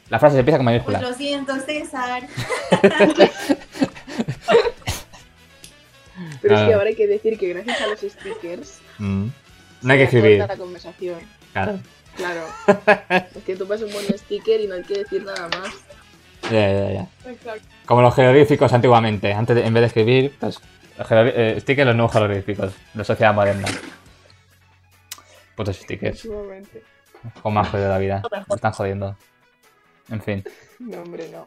Speaker 1: Las frases empiezan con
Speaker 3: Pues
Speaker 1: mayúsculas.
Speaker 3: lo siento, César.
Speaker 2: Pero es que
Speaker 1: Ah.
Speaker 2: ahora hay que decir que gracias a los stickers
Speaker 1: Mm. No hay que
Speaker 2: se acorta
Speaker 1: escribir.
Speaker 2: la conversación.
Speaker 1: Claro.
Speaker 2: Claro. es que tú pasas un buen sticker y no hay que decir nada más.
Speaker 1: Ya, ya, ya.
Speaker 4: Exacto.
Speaker 1: Como los jeroglíficos antiguamente. Antes de- en vez de escribir, pues, los jerogl- eh, stickers, los nuevos jeroglíficos. La sociedad moderna. Putos stickers.
Speaker 2: Sumamente.
Speaker 1: Con más jodido la vida. Me están jodiendo. En fin.
Speaker 2: No, hombre, no.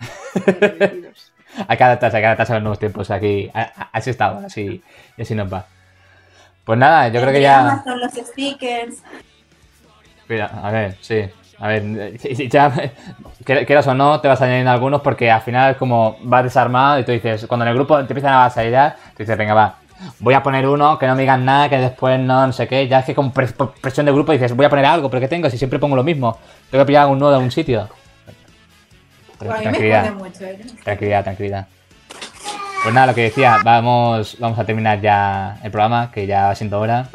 Speaker 2: Agradecidos.
Speaker 1: Hay que adaptarse, hay que adaptarse a los nuevos tiempos. Aquí, a- a- así estaba, así, y así nos va. Pues nada, yo creo que
Speaker 3: Entre
Speaker 1: ya.
Speaker 3: Amazon, los stickers.
Speaker 1: Mira, a ver, sí. A ver, eh, ya, que- quieras o no, te vas añadiendo algunos porque al final es como vas desarmado y tú dices, cuando en el grupo te empiezan a vasallar, tú dices, venga, va, voy a poner uno, que no me digan nada, que después no, no sé qué. Ya es que con pres- por presión de grupo dices, voy a poner algo, pero ¿qué tengo? Si siempre pongo lo mismo, tengo que pillar algún nuevo de algún sitio.
Speaker 3: Pues a mí me
Speaker 1: Tranquilidad.
Speaker 3: jode mucho. ¿eh?
Speaker 1: Tranquilidad, tranquilidad. Pues nada, lo que decía, vamos, vamos a terminar ya el programa, que ya va siendo hora.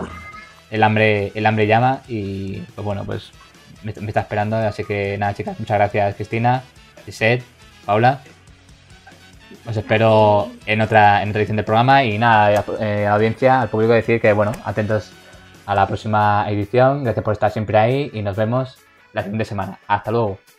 Speaker 1: El hambre, el hambre llama y pues bueno, pues me, me está esperando, así que nada chicas, muchas gracias Cristina, Set, Paula. Os espero en otra, en otra edición del programa y nada, eh, eh, a la audiencia, al público decir que bueno, atentos a la próxima edición, gracias por estar siempre ahí y nos vemos la siguiente semana. Hasta luego.